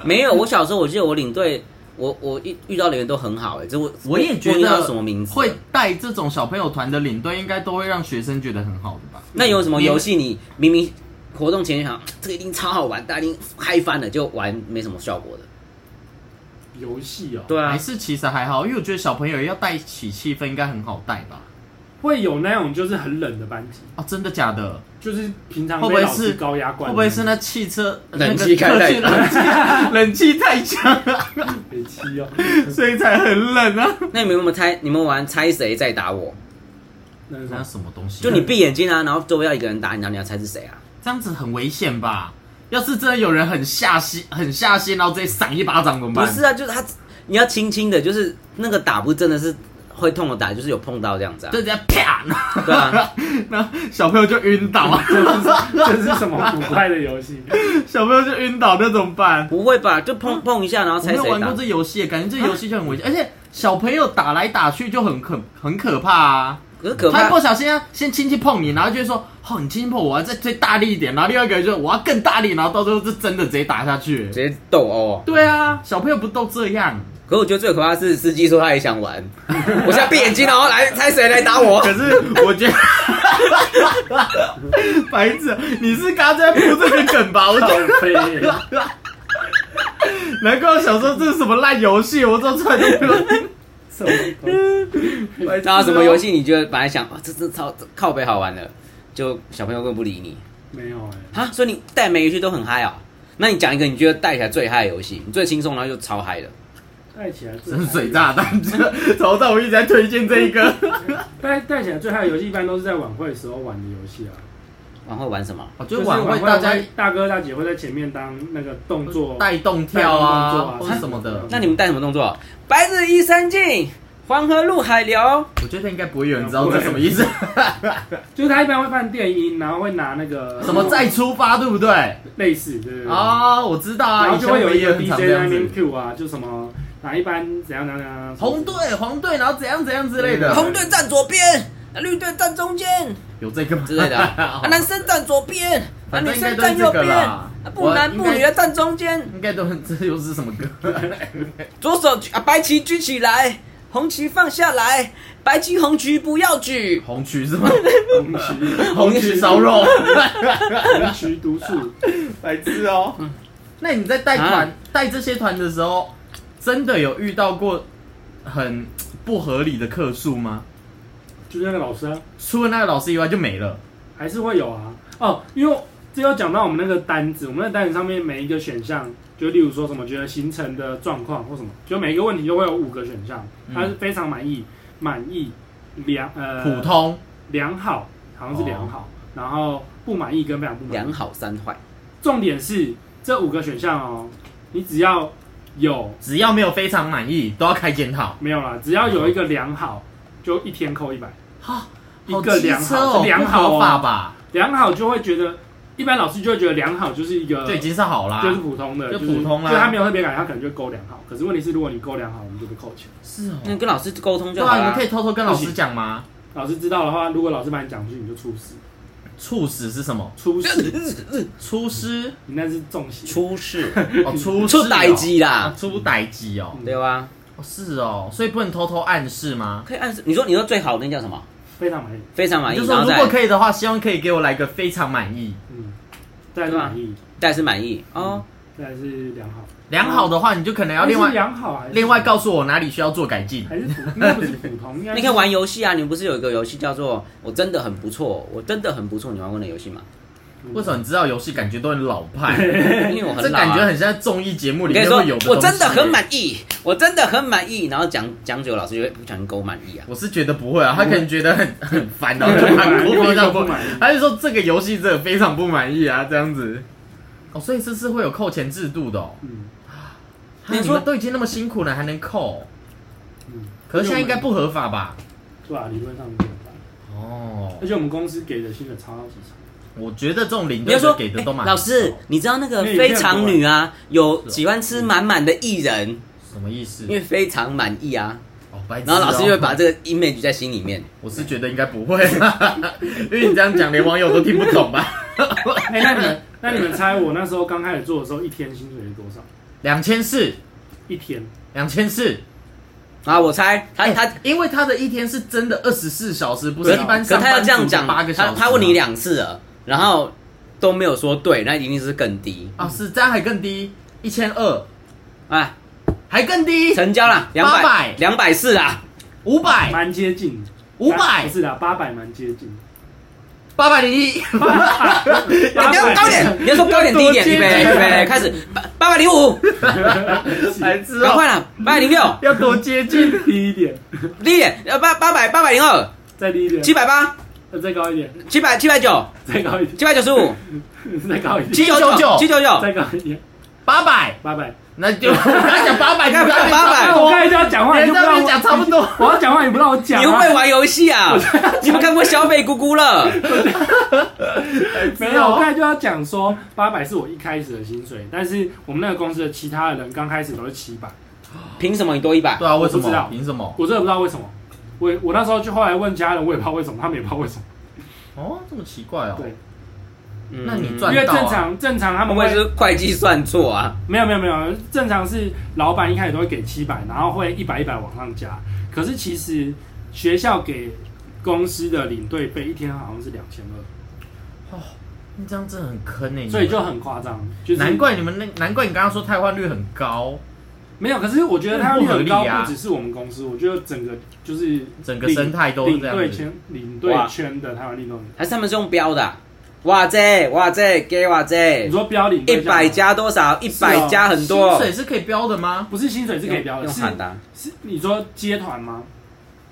Speaker 1: 没有，我小时候我记得我领队，我我遇遇到的人都很好哎、欸，这我
Speaker 2: 我也觉
Speaker 1: 忘记他
Speaker 2: 得
Speaker 1: 什么名字了
Speaker 2: 会带这种小朋友团的领队，应该都会让学生觉得很好的吧？
Speaker 1: 那有什么游戏你明明活动前就想这个一定超好玩，大家一定嗨翻了，就玩没什么效果的。
Speaker 3: 游戏哦，
Speaker 1: 对
Speaker 2: 还
Speaker 1: 啊，
Speaker 2: 是其实还好，因为我觉得小朋友要带起气氛，应该很好带吧？
Speaker 3: 会有那种就是很冷的班级，
Speaker 2: 啊，真的假的？
Speaker 3: 就是平常
Speaker 2: 会不
Speaker 3: 被
Speaker 2: 会
Speaker 3: 老师
Speaker 2: 是
Speaker 3: 高压
Speaker 2: 会
Speaker 3: 灌，
Speaker 2: 不会是那汽车
Speaker 1: 冷气开太
Speaker 2: 那个客
Speaker 1: *laughs*
Speaker 2: 气冷气冷气太强了，
Speaker 3: 北七
Speaker 2: *laughs*
Speaker 3: 哦？
Speaker 2: 所以才很冷 *laughs* 啊？
Speaker 1: 那你们有没有猜？你们玩猜谁在打我？
Speaker 3: 那是什么
Speaker 2: 那什么东西？
Speaker 1: 就你闭眼睛啊，然后周围要一个人打你，然后你要猜是谁啊？
Speaker 2: 这样子很危险吧？要是真的有人很下心、很下心，然后直接赏一巴掌怎么
Speaker 1: 不
Speaker 2: 办？
Speaker 1: 是啊，就是他，你要轻轻的，就是那个打不真的是会痛的打，就是有碰到这样子啊
Speaker 2: 就。直接啪，
Speaker 1: 对啊，
Speaker 2: 然后小朋友就晕倒
Speaker 1: *laughs*
Speaker 2: 啊，
Speaker 3: 这是什么古怪的游戏？
Speaker 2: 小朋友就晕倒，那怎么办？
Speaker 1: 不会吧？就
Speaker 2: *laughs*
Speaker 1: 碰碰一下，然后
Speaker 2: 我
Speaker 1: 猜
Speaker 2: 没有
Speaker 1: 谁
Speaker 2: 玩
Speaker 1: 打
Speaker 2: 过。这游戏，感觉这游戏就很危险，而且小朋友打来打去就很可很可怕啊！
Speaker 1: 可是可
Speaker 2: 他
Speaker 1: 怕
Speaker 2: 不小心啊，先轻轻碰你，然后就会说：“哦，你轻轻碰我，我要再再大力一点。”然后另外一个人就我要更大力，然后到最后是真的直接打下去。
Speaker 1: 直接斗殴。
Speaker 2: 对啊，小朋友不都这样？
Speaker 1: 可我觉得最可怕的是司机说他也想
Speaker 2: *laughs*
Speaker 1: 玩，我现在闭眼睛哦，来猜谁来打我。
Speaker 2: 可是我觉得， *laughs* 白痴，你是刚刚在铺这个梗吧？我
Speaker 3: 靠
Speaker 2: 就
Speaker 3: 背，
Speaker 2: 难怪我想说这是什么烂游戏，我这出来都没有
Speaker 3: 什么东西
Speaker 2: 白痴
Speaker 1: 然
Speaker 2: 啊
Speaker 1: 后什么游？戏你觉得本来想啊，这这超这靠北好玩的，就小朋友根本不理你
Speaker 3: 没有哎、
Speaker 1: 啊，所以你带每一句都很嗨哦。那你讲一个你觉得带起来最嗨的游戏，你最轻松然后又超嗨的，
Speaker 3: 带起来最
Speaker 2: 真是水炸弹！从头到尾一直在推荐这一个，
Speaker 3: 带带起来最嗨的游戏一般都是在晚会时候玩的游戏啊，
Speaker 1: 然后玩什么？
Speaker 2: 我觉
Speaker 3: 就
Speaker 2: 得
Speaker 3: 是
Speaker 2: 晚
Speaker 3: 晚
Speaker 2: 会大家
Speaker 3: 会大哥大姐会在前面当那个动作
Speaker 2: 带动跳啊，
Speaker 3: 带动动
Speaker 2: 或
Speaker 3: 作啊
Speaker 2: 是什么的。
Speaker 1: 那你们带什么动作？白日依山尽，黄河入海流。
Speaker 2: 我觉得应该不会有人知道这什么意
Speaker 3: *laughs*
Speaker 2: 思，
Speaker 3: 就是他一般会放电音，然后会拿那个
Speaker 2: 什么再出发，对不对？
Speaker 3: 类似，对对对。
Speaker 2: 啊，我知道
Speaker 3: 然
Speaker 2: 啊，
Speaker 3: 后
Speaker 2: 以前
Speaker 3: 就会有一
Speaker 2: 也
Speaker 3: 个
Speaker 2: 很
Speaker 3: DJ
Speaker 2: 常
Speaker 3: 在
Speaker 2: 这样
Speaker 3: 那边
Speaker 2: 子。
Speaker 3: Q 啊，就什么哪一班怎样怎样怎样，
Speaker 2: 红队，红队，然后怎样怎样之类的，
Speaker 1: 红队站左边，绿队站中间
Speaker 2: 有这个吗
Speaker 1: 之类的 *laughs* 啊。
Speaker 2: *laughs*
Speaker 1: 啊男生站左边，啊
Speaker 2: 反
Speaker 1: 女
Speaker 2: 正应该
Speaker 1: 生
Speaker 2: 都是
Speaker 1: 站
Speaker 2: 这
Speaker 1: 右
Speaker 2: 个
Speaker 1: 边，
Speaker 2: 啦
Speaker 1: 啊不男
Speaker 2: 我应
Speaker 1: 不
Speaker 2: 该
Speaker 1: 女要站中间，
Speaker 2: 应该都很，这又是什么歌？
Speaker 1: 左手举啊白旗举起来，红旗放下来，白旗红旗不要举。
Speaker 2: 红曲是吗？
Speaker 3: 红曲
Speaker 2: 红曲烧肉， *laughs*
Speaker 3: 红曲毒素，
Speaker 2: 白痴哦。那你在带团
Speaker 1: 啊
Speaker 2: 带这些团的时候，真的有遇到过很不合理的客数吗？
Speaker 3: 就是那个老师啊，
Speaker 2: 除了那个老师以外就没了。
Speaker 3: 还是会有啊。哦，因为这要讲到我们那个单子，我们的单子上面每一个选项，就例如说什么觉得行程的状况或什么，就每一个问题就会有五个选项，
Speaker 2: 嗯
Speaker 3: 他是非常满意、满意、良呃
Speaker 2: 普通哦
Speaker 3: 良好，好像是良好，然后不满意跟非常不满
Speaker 1: 两
Speaker 3: 意。
Speaker 1: 好三坏，
Speaker 3: 重点是这五个选项哦，你只要有
Speaker 2: 只要没有非常满意，都要开检讨。
Speaker 3: 没有啦，只要有一个良好，就一天扣一百。
Speaker 2: 哦好，
Speaker 3: 一个良
Speaker 2: 机车哦，
Speaker 3: 好是良好哦
Speaker 2: 不合法吧？
Speaker 3: 良好就会觉得，一般老师就会觉得良好就是一个
Speaker 2: 就已经是好啦。
Speaker 3: 啊就是哦普通的，
Speaker 2: 就是普通啦
Speaker 3: 就他没有特别感，他可能就勾良好。可是问题是，如果你勾良好，我们就被扣钱。
Speaker 2: 是哦。
Speaker 1: 那跟老师沟通
Speaker 2: 对
Speaker 1: 就好
Speaker 2: 啊，你们
Speaker 1: 了
Speaker 2: 可。以偷偷跟老
Speaker 3: 不
Speaker 2: 师
Speaker 3: 行
Speaker 2: 讲吗？
Speaker 3: 老师知道的话，如果老师把你讲出去，你就出事，
Speaker 2: 促使是什么？*laughs*
Speaker 3: 出事，
Speaker 2: 出师
Speaker 3: 你那是中邪。
Speaker 1: *laughs* 出事，
Speaker 2: 哦，出
Speaker 1: 出
Speaker 2: 代
Speaker 1: 代
Speaker 2: 机
Speaker 1: 机啊啦，
Speaker 2: 出代机哦。
Speaker 3: 嗯
Speaker 1: 对吧？
Speaker 2: 哦是哦，所以不能偷偷暗示吗？
Speaker 1: 可以暗示，你说你说最好的那叫什么？
Speaker 3: 非常满意，
Speaker 1: 非常满
Speaker 2: 你
Speaker 1: 意，
Speaker 2: 就
Speaker 1: 然
Speaker 2: 说
Speaker 1: 后
Speaker 2: 如
Speaker 1: 再
Speaker 2: 果可以的话，希望可以给我来个非常满意。
Speaker 3: 嗯，再来是满意，
Speaker 1: 再是满意哦。
Speaker 3: 再来是良好，
Speaker 2: 良好的话，你嗯就可能要另
Speaker 3: 还是
Speaker 2: 外
Speaker 3: 良好还是
Speaker 2: 另外告诉我哪里需要做改进。
Speaker 3: 还是普，应该不是
Speaker 2: *laughs*
Speaker 3: 普通，应该是
Speaker 1: 你可以玩游戏啊，你们不是有一个游戏叫做“我真的很不错，我真的很不错”，你玩过那游戏吗？
Speaker 3: 嗯
Speaker 2: 为什么你知道游戏感觉都 *laughs* 很老派？
Speaker 1: 因为我
Speaker 2: 这
Speaker 1: 很老、啊，
Speaker 2: 感觉很像综艺节目
Speaker 1: 我
Speaker 2: 里
Speaker 1: 跟你
Speaker 2: 面
Speaker 1: 说
Speaker 2: 会有的，
Speaker 1: 我真的
Speaker 2: 东西
Speaker 1: 很满意，我真的很满意。然后讲讲久了，老师就会不小心勾满意啊。
Speaker 2: 我是觉得不会啊，他可能觉得很很
Speaker 1: *laughs*
Speaker 2: 烦，然后就
Speaker 3: 对
Speaker 2: 把
Speaker 3: 因为
Speaker 2: 国
Speaker 3: 我
Speaker 2: 非常
Speaker 3: 就
Speaker 2: 不
Speaker 3: 不
Speaker 2: 满，
Speaker 3: 满意？
Speaker 2: 他就说这个游戏真的非常不满意啊，这样子。哦，所以这是会有扣钱制度的哦。
Speaker 3: 嗯
Speaker 2: 啊
Speaker 1: 你
Speaker 2: 你
Speaker 1: 说
Speaker 2: 们都已经那么辛苦了，还能扣？
Speaker 3: 嗯，
Speaker 2: 可是现在应该不合法吧？
Speaker 3: 对啊，理论上是这样吧。
Speaker 2: 哦
Speaker 3: 而，且我们公司给的薪水超级少，
Speaker 2: 我觉得这种领
Speaker 1: 你要
Speaker 2: 队
Speaker 1: 说
Speaker 2: 的给的都
Speaker 1: 哎
Speaker 2: 哦蛮、
Speaker 1: 老师，你知道那个非常女啊，有喜欢吃满满的艺人，
Speaker 2: 什么意思
Speaker 1: 因？为非常满意啊。
Speaker 2: 哦，白痴、哦。
Speaker 1: 然后老师就会把这个 image 在心里面。
Speaker 2: 我是觉得应该不会， *laughs* 因为你这样讲，连网友都听不懂吧？
Speaker 3: 哎、那你们那你们猜我那时候刚开始做的时候，一天薪水是多少？
Speaker 2: 两千四，
Speaker 3: 一天
Speaker 2: 两千四。
Speaker 1: 啊，我猜他
Speaker 2: 哎
Speaker 1: 他
Speaker 2: 因为他的一天是真的二十四小时，不
Speaker 1: 可
Speaker 2: 是一般
Speaker 1: 啊可
Speaker 2: 上
Speaker 1: 他要
Speaker 2: 班
Speaker 1: 这样
Speaker 2: 族
Speaker 1: 讲，
Speaker 2: 的八个小时
Speaker 1: 他
Speaker 2: 啊。
Speaker 1: 他问你两次了，然后都没有说对，那一定是更低。
Speaker 2: 啊，是这样还更低，一千二
Speaker 1: 哎，
Speaker 2: 还更低，
Speaker 1: 成交了，两百
Speaker 2: 800
Speaker 1: 两百四啊，
Speaker 2: 五百
Speaker 3: 蛮接近，啊
Speaker 2: 五
Speaker 3: 不
Speaker 2: 百
Speaker 3: 是啦，八百蛮接近，
Speaker 2: 八百零一，
Speaker 1: 哎你 *laughs*
Speaker 3: 八
Speaker 1: 要
Speaker 3: 百
Speaker 1: 高 *laughs* 点，你要说高点低一点，预备预备哎开始，八八百零五，
Speaker 2: 白痴
Speaker 1: 赶
Speaker 2: 哦，
Speaker 1: 快了，八百零六，
Speaker 2: 要多接近。
Speaker 3: 低一点，
Speaker 1: 低一点，呃八八百八百零二，
Speaker 3: 再低一点，
Speaker 1: 七百八，
Speaker 3: 呃再高一点，
Speaker 1: 七百七百九，
Speaker 3: 再高一点，
Speaker 1: 七百九十五，
Speaker 3: 再高一
Speaker 1: 七
Speaker 3: 点，
Speaker 1: 九九，
Speaker 2: 799
Speaker 1: 七九九，
Speaker 3: 再高一点，
Speaker 2: 八百，
Speaker 3: 八百。
Speaker 1: *laughs*
Speaker 2: 那就他讲八百，
Speaker 1: 干嘛
Speaker 2: 你
Speaker 1: 800
Speaker 3: 哎，我刚才就要讲话，
Speaker 2: 人
Speaker 3: 你就不
Speaker 2: 家跟
Speaker 3: 让我
Speaker 2: 你讲差不多，
Speaker 3: *laughs* 我要讲话，你不让我讲、啊，
Speaker 1: 你会不会玩游戏啊？你们看过消费姑姑了？
Speaker 3: 没有，我刚才就要讲说，八百是我一开始的薪水，但是我们那个公司的其他的人刚开始都是七百，
Speaker 1: 凭什么你多一百？
Speaker 2: 对啊，为什
Speaker 3: 我不知
Speaker 2: 么
Speaker 3: 道？
Speaker 2: 凭什么？
Speaker 3: 我真的不知道为什么。我我那时候就后来问家人，我也不知道为什么，他们也不知道为什么。
Speaker 2: 哦，这么奇怪哦。
Speaker 3: 对，
Speaker 1: 嗯
Speaker 2: 那你
Speaker 3: 因
Speaker 2: 赚
Speaker 3: 为
Speaker 2: 到啊
Speaker 3: 正常正常他
Speaker 1: 会
Speaker 3: 们
Speaker 1: 不会
Speaker 3: 会
Speaker 1: 是会计算错啊？
Speaker 3: 没有没有没有，正常是老板一开始都会给七百，然后会一百一百往上加。可是其实学校给公司的领队费一天好像是两千二，
Speaker 2: 那哦这样真的很坑诶、
Speaker 3: 所以就很夸张。就
Speaker 2: 嗯
Speaker 3: 是
Speaker 2: 难怪你们那，难怪你刚刚说汰换率很高，
Speaker 3: 没有。可是我觉得他率很高，
Speaker 2: 不合理啊
Speaker 3: 不只是我们公司，我觉得整个就是
Speaker 2: 整个生态都是
Speaker 3: 领
Speaker 2: 这
Speaker 3: 队
Speaker 2: 样子。
Speaker 3: 圈领队圈的台湾运动员。
Speaker 1: 还是他们是用标的啊？哇这哇这给哇这
Speaker 3: 你，说标领
Speaker 1: 一
Speaker 3: 队
Speaker 1: 百
Speaker 3: 加
Speaker 1: 加多少？一
Speaker 3: 是
Speaker 1: 百
Speaker 3: 哦
Speaker 1: 加很多
Speaker 2: 薪，水是可以标的吗？
Speaker 3: 不是薪水是可以标的，
Speaker 1: 用
Speaker 3: 是
Speaker 1: 喊的啊，
Speaker 3: 是你说接团吗？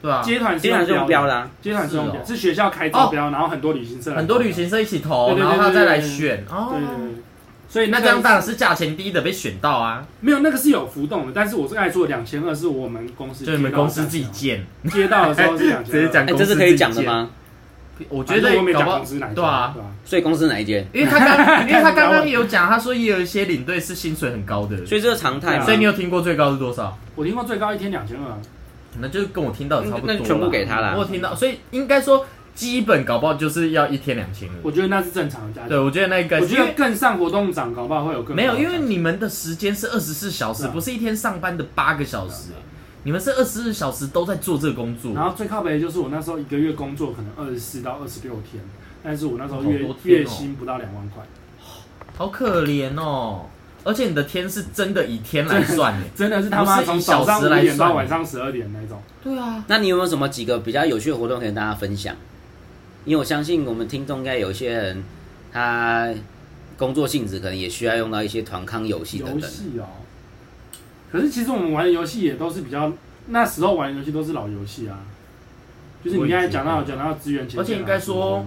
Speaker 2: 对吧、
Speaker 3: 接团是
Speaker 1: 经常是用标的，啊。
Speaker 3: 接团是用标，
Speaker 2: 是
Speaker 3: 啊是哦学校开招标，然后很多旅行社
Speaker 2: 哦
Speaker 3: 来
Speaker 2: 很多
Speaker 3: 投标
Speaker 2: 旅行社一起投，
Speaker 3: 对对
Speaker 2: 然
Speaker 3: 对
Speaker 2: 后他再来
Speaker 3: 对对
Speaker 2: 选
Speaker 3: 对对
Speaker 2: 哦。
Speaker 3: 对，所以
Speaker 2: 那
Speaker 3: 那
Speaker 2: 这样
Speaker 3: 张
Speaker 2: 当然是价钱低的被选到啊，
Speaker 3: 没有那个是有浮动的，但是我刚才说的两千二是我们公司
Speaker 2: 就你们公司自己建，
Speaker 3: 接到的时候是两千，
Speaker 2: 直接讲
Speaker 1: 哎，这是可以讲的吗？
Speaker 2: 我觉
Speaker 3: 反正
Speaker 2: 得
Speaker 3: 我没
Speaker 2: 搞
Speaker 3: 讲
Speaker 2: 不好
Speaker 3: 公司哪一家
Speaker 2: 对啊，
Speaker 3: 吧
Speaker 1: 所以公司哪一间？
Speaker 2: 因为他
Speaker 3: *laughs*
Speaker 2: 刚，因为他刚刚有讲，他说也有一些领队是薪水很高的，
Speaker 1: 所以啊这是常态嘛。
Speaker 2: 所以你有听过最高是多少？
Speaker 3: 我听过最高一天两千二，啊
Speaker 2: 那就是跟我听到的差不多
Speaker 1: 那
Speaker 2: 啦，
Speaker 1: 那全部给他啦
Speaker 2: 我有听到，所以应该说基本搞不好就是要一天两千
Speaker 3: 我
Speaker 2: 五。
Speaker 3: 觉得那是正常的价
Speaker 2: 对，
Speaker 3: 钱。
Speaker 2: 我觉得那应该
Speaker 3: 我
Speaker 2: 是
Speaker 3: 觉
Speaker 2: 因
Speaker 3: 得
Speaker 2: 为
Speaker 3: 更上活动涨，搞不好会有更
Speaker 2: 没有，因为
Speaker 3: 为
Speaker 2: 你们的时间是二十四小时，
Speaker 3: 对啊
Speaker 2: 不是一天上班的八个小时，你们是二十四小时都在做这个工作。
Speaker 3: 嗯然后最靠北的就是我那时候一个月工作可能二十四到二十六天，但是我那时候
Speaker 2: 好多
Speaker 3: 月
Speaker 2: 天哦
Speaker 3: 月薪不到两万块，，
Speaker 2: 好可怜哦！而且你的天是真的以天来算的
Speaker 3: *laughs* 真的是他妈
Speaker 2: 不是
Speaker 3: 从
Speaker 2: 以
Speaker 3: 早上
Speaker 2: 小时
Speaker 3: 五
Speaker 2: 来
Speaker 3: 点到
Speaker 2: 算
Speaker 3: 晚上十二点那种。
Speaker 2: 对啊，
Speaker 1: 那你有没有什么几个比较有趣的活动可以跟大家分享？因为我相信我们听众应该有一些人，他工作性质可能也需要用到一些团康游戏等
Speaker 3: 游
Speaker 1: 等。
Speaker 3: 戏哦，可是其实我们玩的游戏也都是比较那时候玩的游戏都是老游戏啊，就是你刚才讲到
Speaker 2: 我也觉
Speaker 3: 讲到资源前线啊，
Speaker 2: 而且应该说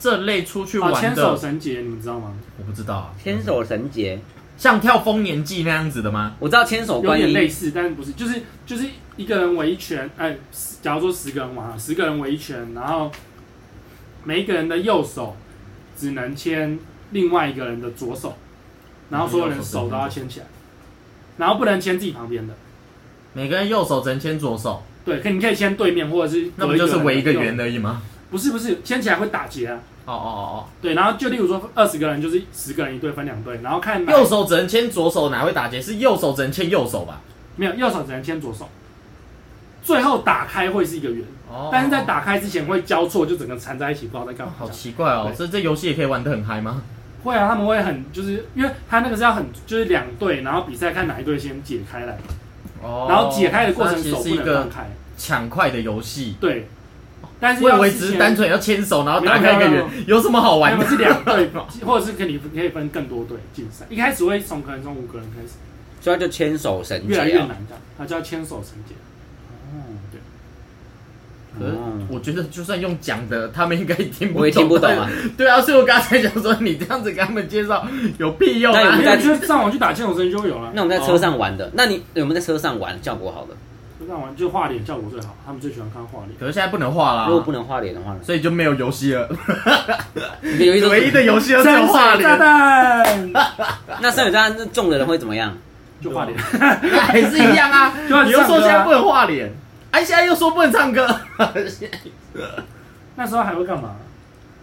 Speaker 2: 这类出去
Speaker 3: 什么的哦，
Speaker 2: 玩
Speaker 3: 牵
Speaker 2: 的，
Speaker 3: 手绳结你们知道吗？
Speaker 2: 我不知道啊，
Speaker 1: 牵手绳结，
Speaker 2: 像跳丰年祭那样子的吗？
Speaker 1: 我知道牵手
Speaker 3: 有
Speaker 1: 哦观
Speaker 3: 点类
Speaker 1: 音，
Speaker 3: 似，但是不是，就是就是一个人围一圈，哎，十假如说十个人玩啊，十个人围一圈，然后每一个人的右手只能牵另外一个人的左手，然后所有人手都要牵起来，然后不能牵自己旁边的。
Speaker 2: 每个人右手只能牵左手，
Speaker 3: 对，可你可以牵对面，或者是
Speaker 2: 那不就是围一个
Speaker 3: 人的
Speaker 2: 圆
Speaker 3: 右
Speaker 2: 而已吗？
Speaker 3: 不是不是，牵起来会打结啊。
Speaker 2: 哦哦
Speaker 3: 对，然后就例如说二十个人就是十个人一队分两队，然后看
Speaker 2: 哦哦，
Speaker 3: 哪
Speaker 2: 右手只能牵左手，哪会打结？是右手只能牵右手吧？
Speaker 3: 没有右手只能牵左手，最后打开会是一个圆，
Speaker 2: 哦
Speaker 3: 但是在打开之前会交错，就整个缠在一起，不知道在干
Speaker 2: 哦
Speaker 3: 嘛。
Speaker 2: 好奇怪哦，
Speaker 3: 对
Speaker 2: 所以这游戏也可以玩得很嗨吗？
Speaker 3: 会啊，他们会很就是因为他那个是要很就是两队，然后比赛看哪一队先解开来，
Speaker 2: 哦
Speaker 3: 然后解开的过程
Speaker 2: 那其
Speaker 3: 手
Speaker 2: 实是
Speaker 3: 不
Speaker 2: 一
Speaker 3: 能放
Speaker 2: 个
Speaker 3: 开，
Speaker 2: 抢快的游戏。
Speaker 3: 对。但是
Speaker 2: 我以
Speaker 3: 要
Speaker 2: 为
Speaker 3: 事
Speaker 2: 只是
Speaker 3: 先
Speaker 2: 单纯要牵手，然后打
Speaker 3: 没
Speaker 2: 开一
Speaker 3: 有没
Speaker 2: 个
Speaker 3: 有没有
Speaker 2: 圆，有什么好玩
Speaker 3: 没
Speaker 2: 的
Speaker 3: 有？是两队，或者是可以可以分更多队竞赛。一开始会从可能从五个人开始。
Speaker 1: 所以它就牵手绳
Speaker 3: 越来越
Speaker 1: 结、
Speaker 3: 难
Speaker 1: 啊。
Speaker 3: 的，它叫牵手绳结。对，
Speaker 2: 可是
Speaker 3: 嗯
Speaker 1: 哦
Speaker 2: 我觉得就算用讲的，他们应该也听不
Speaker 1: 我也听不懂
Speaker 2: 但 *laughs*
Speaker 1: 啊。
Speaker 2: 对啊，所以我刚才想说，你这样子给他们介绍有屁用
Speaker 1: 那
Speaker 2: 啊
Speaker 1: 你
Speaker 3: 没
Speaker 1: 们？
Speaker 3: 有，就是上网去打牵手绳就会有了。
Speaker 1: 那我们在车上玩的，那你有没有在车上玩效果好
Speaker 2: 哦
Speaker 1: 的？
Speaker 3: 就上网就画脸效果最好，他们最喜欢看画脸。
Speaker 2: 可是现在不能画啦
Speaker 1: 如，果不能画脸的话呢？
Speaker 2: 所以就没有游戏了。
Speaker 1: 你的游戏都
Speaker 2: 唯一
Speaker 1: 是
Speaker 2: 的游戏就是画
Speaker 3: 炸
Speaker 2: 脸，
Speaker 3: 弹
Speaker 1: 那三水炸弹中的人会怎么样？
Speaker 3: 就画脸，
Speaker 2: 那还是一样啊。
Speaker 3: *laughs* 就要
Speaker 2: 你又
Speaker 3: 唱歌啊
Speaker 2: 说现在不能画脸，哎，现在又说不能唱歌，
Speaker 3: 那时候还会干嘛？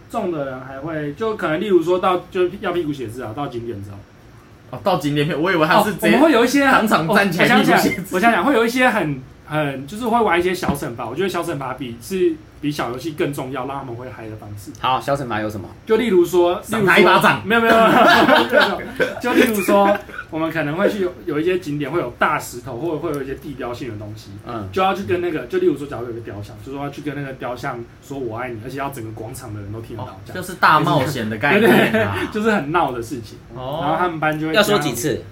Speaker 3: 中的人还会就可能，例如说到就要屁股写字啊，到景点之后，
Speaker 2: 哦，到景点片，我以为他是
Speaker 3: 哦
Speaker 2: 直
Speaker 3: 我们
Speaker 2: 接
Speaker 3: 会有一些
Speaker 2: 当场站起来
Speaker 3: 哦我
Speaker 2: 屁
Speaker 3: 想
Speaker 2: 股
Speaker 3: 想
Speaker 2: 写，字
Speaker 3: 我想想，会有一些很很就是会玩一些小惩罚，我觉得小惩罚比是比小游戏更重要，让他们会嗨的方式。
Speaker 1: 好，小惩罚有什么？
Speaker 3: 就例如说，例
Speaker 2: 赏
Speaker 3: 如
Speaker 2: 他
Speaker 3: 说
Speaker 2: 一巴掌
Speaker 3: 没有没有，没有没有没有就例如说，我们可能会去有有一些景点会有大石头，或者会有一些地标性的东西，
Speaker 1: 嗯，
Speaker 3: 就要去跟那个，就例如说，假如有一个雕像，就说要去跟那个雕像说我爱你，而且要整个广场的人都听得
Speaker 2: 哦
Speaker 3: 到，这
Speaker 2: 就
Speaker 3: 样，
Speaker 2: 是大冒险的概
Speaker 3: 对对
Speaker 2: 念
Speaker 3: 对，
Speaker 2: 啊。
Speaker 3: 就是很闹的事情。然后他
Speaker 2: 哦，
Speaker 3: 们班就会
Speaker 1: 要说
Speaker 3: 这
Speaker 1: 几
Speaker 3: 样，
Speaker 1: 次？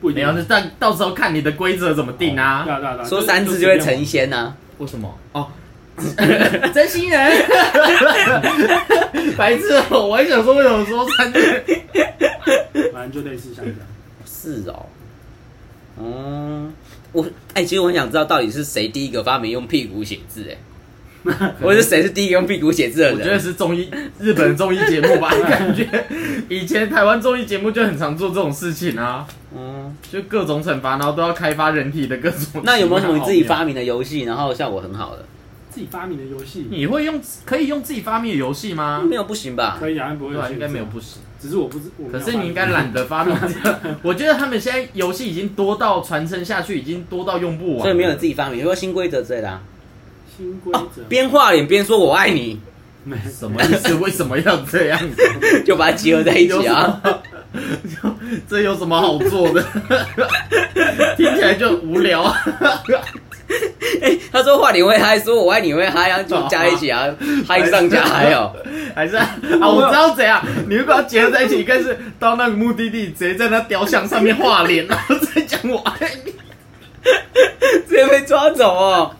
Speaker 3: 不一
Speaker 2: 没
Speaker 3: 定
Speaker 2: 有，那但到时候看你的规则怎么定啊
Speaker 3: 对。啊对啊对啊，
Speaker 1: 说
Speaker 3: 是
Speaker 1: 三次就会成。仙啊呢、
Speaker 2: 为什么？哦， *laughs* 真心人，白痴哦、我还想说为什么说三句？
Speaker 3: 是反正就类似像这样。
Speaker 1: 是哦，嗯，我哎、其实我很想知道到底是谁第一个发明用屁股写字哎，或者是谁是第一个用屁股写字的
Speaker 2: 我
Speaker 1: 人？
Speaker 2: 觉得是综艺，日本综艺节目 *laughs* 吧，感觉以前台湾综艺节目就很常做这种事情啊，
Speaker 1: 嗯，
Speaker 2: 就各种惩罚，然后都要开发人体的各种。
Speaker 1: 那有没有什么你自己？发明的游戏，然后效果很好的？
Speaker 3: 自己发明的游戏，
Speaker 2: 你会用可以用自己发明的游戏吗？
Speaker 1: 没有不行吧？
Speaker 3: 可以啊，不会
Speaker 2: 对
Speaker 3: 有
Speaker 2: 啊，
Speaker 3: 限制
Speaker 2: 应该没有，不行。
Speaker 3: 只是我不知，我没有
Speaker 2: 可是你应该懒得发明这个。我觉得他们现在游戏已经多到传承下去，已经多到用不完。
Speaker 1: 所以没有自己发明，有个新规则之类的、啊。
Speaker 3: 新规
Speaker 1: 哦
Speaker 3: 则，
Speaker 1: 边画脸边说我爱你， *laughs*
Speaker 3: 没
Speaker 2: 什么意思？为什么要这样子？
Speaker 1: 就把它结合在一起啊。
Speaker 2: 这有什么 *laughs* 好做的？听起来就很无聊啊！
Speaker 1: *laughs* 他说画脸会嗨，说我爱你会嗨啊，就加一起啊，嗨上加嗨哦。
Speaker 2: 还是啊，啊我知道怎样。你如果要结合在一起，应该是到那个目的地，直接在那雕像上面画
Speaker 1: *laughs*
Speaker 2: 脸，然后再讲我爱你，
Speaker 1: 直接被抓走哦。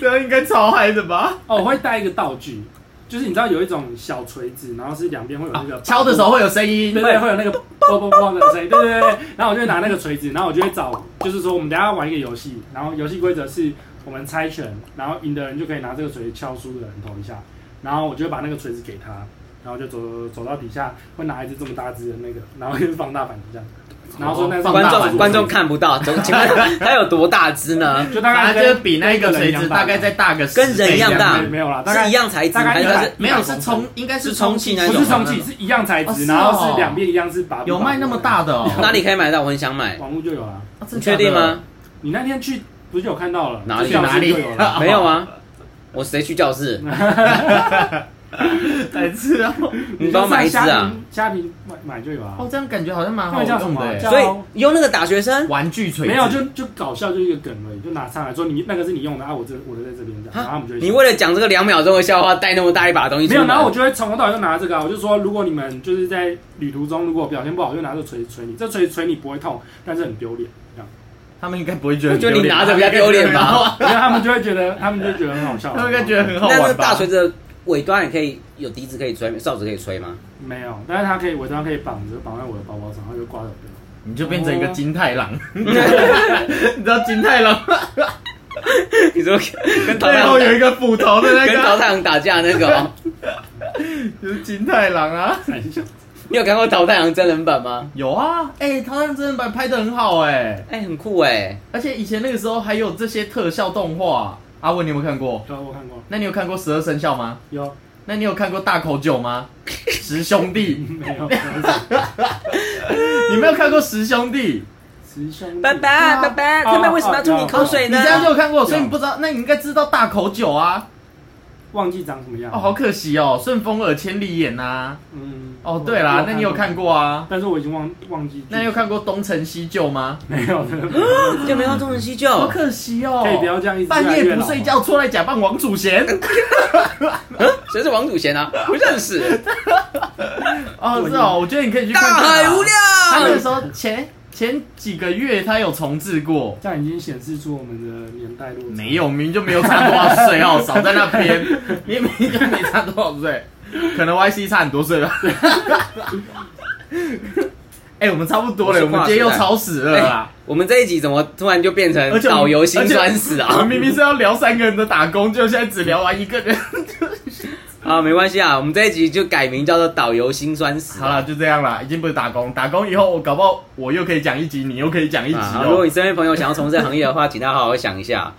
Speaker 2: 这样应该超嗨的吧？
Speaker 3: 哦，我会带一个道具，就是你知道有一种小锤子，然后是两边会有那个、
Speaker 2: 啊敲的时候会有声音
Speaker 3: 对，对，会有那个啵啵啵的声音，对对对。然后我就会拿那个锤子，然后我就会找，就是说我们等一下玩一个游戏，然后游戏规则是我们猜拳，然后赢的人就可以拿这个锤敲输的人头一下，然后我就会把那个锤子给他，然后就走走走到底下，会拿一只这么大只的那个，然后就放大版这样，然后说那是
Speaker 2: 放
Speaker 1: 观
Speaker 2: 大版
Speaker 1: 众观众看不到，总请问他有多大只呢？
Speaker 3: 就大概
Speaker 2: 反正就是比那个
Speaker 3: 跟
Speaker 2: 锤
Speaker 3: 一人
Speaker 2: 子
Speaker 3: 一样大
Speaker 2: 大概再大个
Speaker 1: 跟人一样大
Speaker 3: 没有啦， *laughs* 大概
Speaker 1: 是一样材质
Speaker 3: 大概
Speaker 1: 还是
Speaker 3: 一
Speaker 1: 它
Speaker 3: 百
Speaker 1: 是
Speaker 2: 没有
Speaker 1: *laughs*
Speaker 2: 是充，应该是
Speaker 1: 是充
Speaker 2: 充
Speaker 1: 气
Speaker 2: 气
Speaker 1: 那
Speaker 2: 那
Speaker 1: 种
Speaker 3: 不
Speaker 2: 种，
Speaker 3: 是
Speaker 2: *laughs*
Speaker 3: 充气，是一样材
Speaker 2: 哦是
Speaker 3: 质，
Speaker 2: 哦
Speaker 3: 然后是两边一样是拔。
Speaker 2: 有卖那么大？ *laughs* 的哦？
Speaker 1: 哪里可以买到？我很想买，
Speaker 3: 网络就有了。
Speaker 2: 啊
Speaker 1: *laughs* 你确定吗？？
Speaker 3: 你那天去不是有看到了？
Speaker 1: 哪里
Speaker 3: 去教室
Speaker 2: 哪里
Speaker 3: 就有了。
Speaker 1: 没有啊，我谁去教室？
Speaker 2: 真的假的 *laughs* 白痴哦！
Speaker 1: 你帮我买一只啊！
Speaker 3: 虾皮买买就有啊。
Speaker 2: 哦，这样感觉好像蛮
Speaker 3: 那
Speaker 2: 好
Speaker 3: 个叫什
Speaker 2: 用
Speaker 3: 么？
Speaker 2: 的。哦
Speaker 1: 所以
Speaker 3: 叫
Speaker 1: 你用那个打学生，
Speaker 2: 玩具锤子
Speaker 3: 没有就就搞笑，就一个梗而已，就拿上来说你那个是你用的啊，我这我的在这边这样，然后我们就一起
Speaker 1: 你为了讲这个两秒钟的笑话，带那么大一把东西出
Speaker 3: 没
Speaker 1: 门
Speaker 3: 有，然后我就会从头到尾就拿这个、啊，我就说，如果你们就是在旅途中如果表现不好，我就拿这个锤锤你，这锤锤你不会痛，但是很
Speaker 2: *laughs*
Speaker 3: 丢脸，这样，
Speaker 2: 他们应该不会觉得很
Speaker 1: 就
Speaker 2: 丢
Speaker 1: 你
Speaker 2: 脸，
Speaker 1: 拿着比较丢脸吧？
Speaker 3: 因为他们就会觉得，他们就觉得很好笑，
Speaker 2: *laughs* 他们应该觉得很好
Speaker 1: 那那
Speaker 2: 玩
Speaker 1: 大
Speaker 2: 吧
Speaker 1: 锤？子的尾端也可以有笛子可以吹，哨子可以吹吗？
Speaker 3: 没有，但是他可以，我当然可以绑着绑在我的包包上，然后就挂在我背后。
Speaker 2: 你就变成一个金太
Speaker 1: *laughs*
Speaker 2: 郎， *laughs* 你知道金太郎吗？
Speaker 1: 你说跟淘
Speaker 2: 背
Speaker 1: 太
Speaker 2: 后
Speaker 1: 郎
Speaker 2: 有一个斧头的那
Speaker 1: 跟淘
Speaker 2: 个，
Speaker 1: 太郎打架那个哦，
Speaker 2: 就是 *laughs* 金太郎啊。*laughs*
Speaker 3: 看一下，
Speaker 1: 你有看过淘太郎真人版吗？
Speaker 2: 有啊，哎、他那真人版拍的很好哎、
Speaker 1: 哎，很酷哎，
Speaker 2: 而且以前那个时候还有这些特效动画。阿文，你有没有看过？
Speaker 3: 对啊，我看过，
Speaker 2: 那你有看过十二生肖吗？
Speaker 3: *laughs* 有啊
Speaker 2: 那你有看过大口九吗？十兄弟，
Speaker 3: 没有？
Speaker 2: 你没有看过十兄弟？
Speaker 3: 师兄弟，
Speaker 1: 爸爸爸爸，
Speaker 3: 哦
Speaker 1: 他们为什么要吐你口水
Speaker 2: 你
Speaker 1: 呢？
Speaker 2: 这样就有看过，所以你不知道，那你应该知道大口九啊。
Speaker 3: 忘记长什么样
Speaker 2: 哦，好可惜哦，顺风耳千里眼呐、
Speaker 3: 嗯，
Speaker 2: 哦，对啦，那你有看？过啊？
Speaker 3: 但是我已经忘忘记。
Speaker 2: 那你有看过东成西就吗？
Speaker 3: *laughs* 没有的？
Speaker 1: 就没有中人西
Speaker 2: 好
Speaker 1: 就。
Speaker 2: 可惜哦，
Speaker 3: 可以不要这样一直
Speaker 2: 半夜不睡觉出来假扮王祖贤
Speaker 1: *laughs* 谁是王祖贤啊？不认 *laughs* 识。
Speaker 2: 哦，是哦，我觉得你可以去看
Speaker 1: 大
Speaker 2: 看啊
Speaker 1: 海无
Speaker 2: 他那个
Speaker 1: 量。
Speaker 2: 时候前前几个月他有重置过，
Speaker 3: 这样已经显示出我们的年代落差。
Speaker 2: 没有，明明就没有差多少岁哦，少在那边，
Speaker 1: *laughs*
Speaker 2: 明明就没差多少岁，可能 YC 差很多岁
Speaker 1: *laughs*
Speaker 2: 吧。哎、我们差不多了，我们今天又超时了啦。
Speaker 1: 我们这一集怎么突然就变成
Speaker 2: 而且我们
Speaker 1: 导游心酸史
Speaker 2: 我们
Speaker 1: 啊？
Speaker 2: 明明是要聊三个人的打工，就现在只聊完一个人。
Speaker 1: *laughs* 啊，没关系啊，我们这一集就改名叫做导游心酸史啊
Speaker 2: 好了，就这样啦，已经不是打工，打工以后我搞不好我又可以讲一集，你又可以讲一集
Speaker 1: 啊，如果
Speaker 2: 哦。
Speaker 1: 你身边朋友想要从事行业的话，请他好好想一下，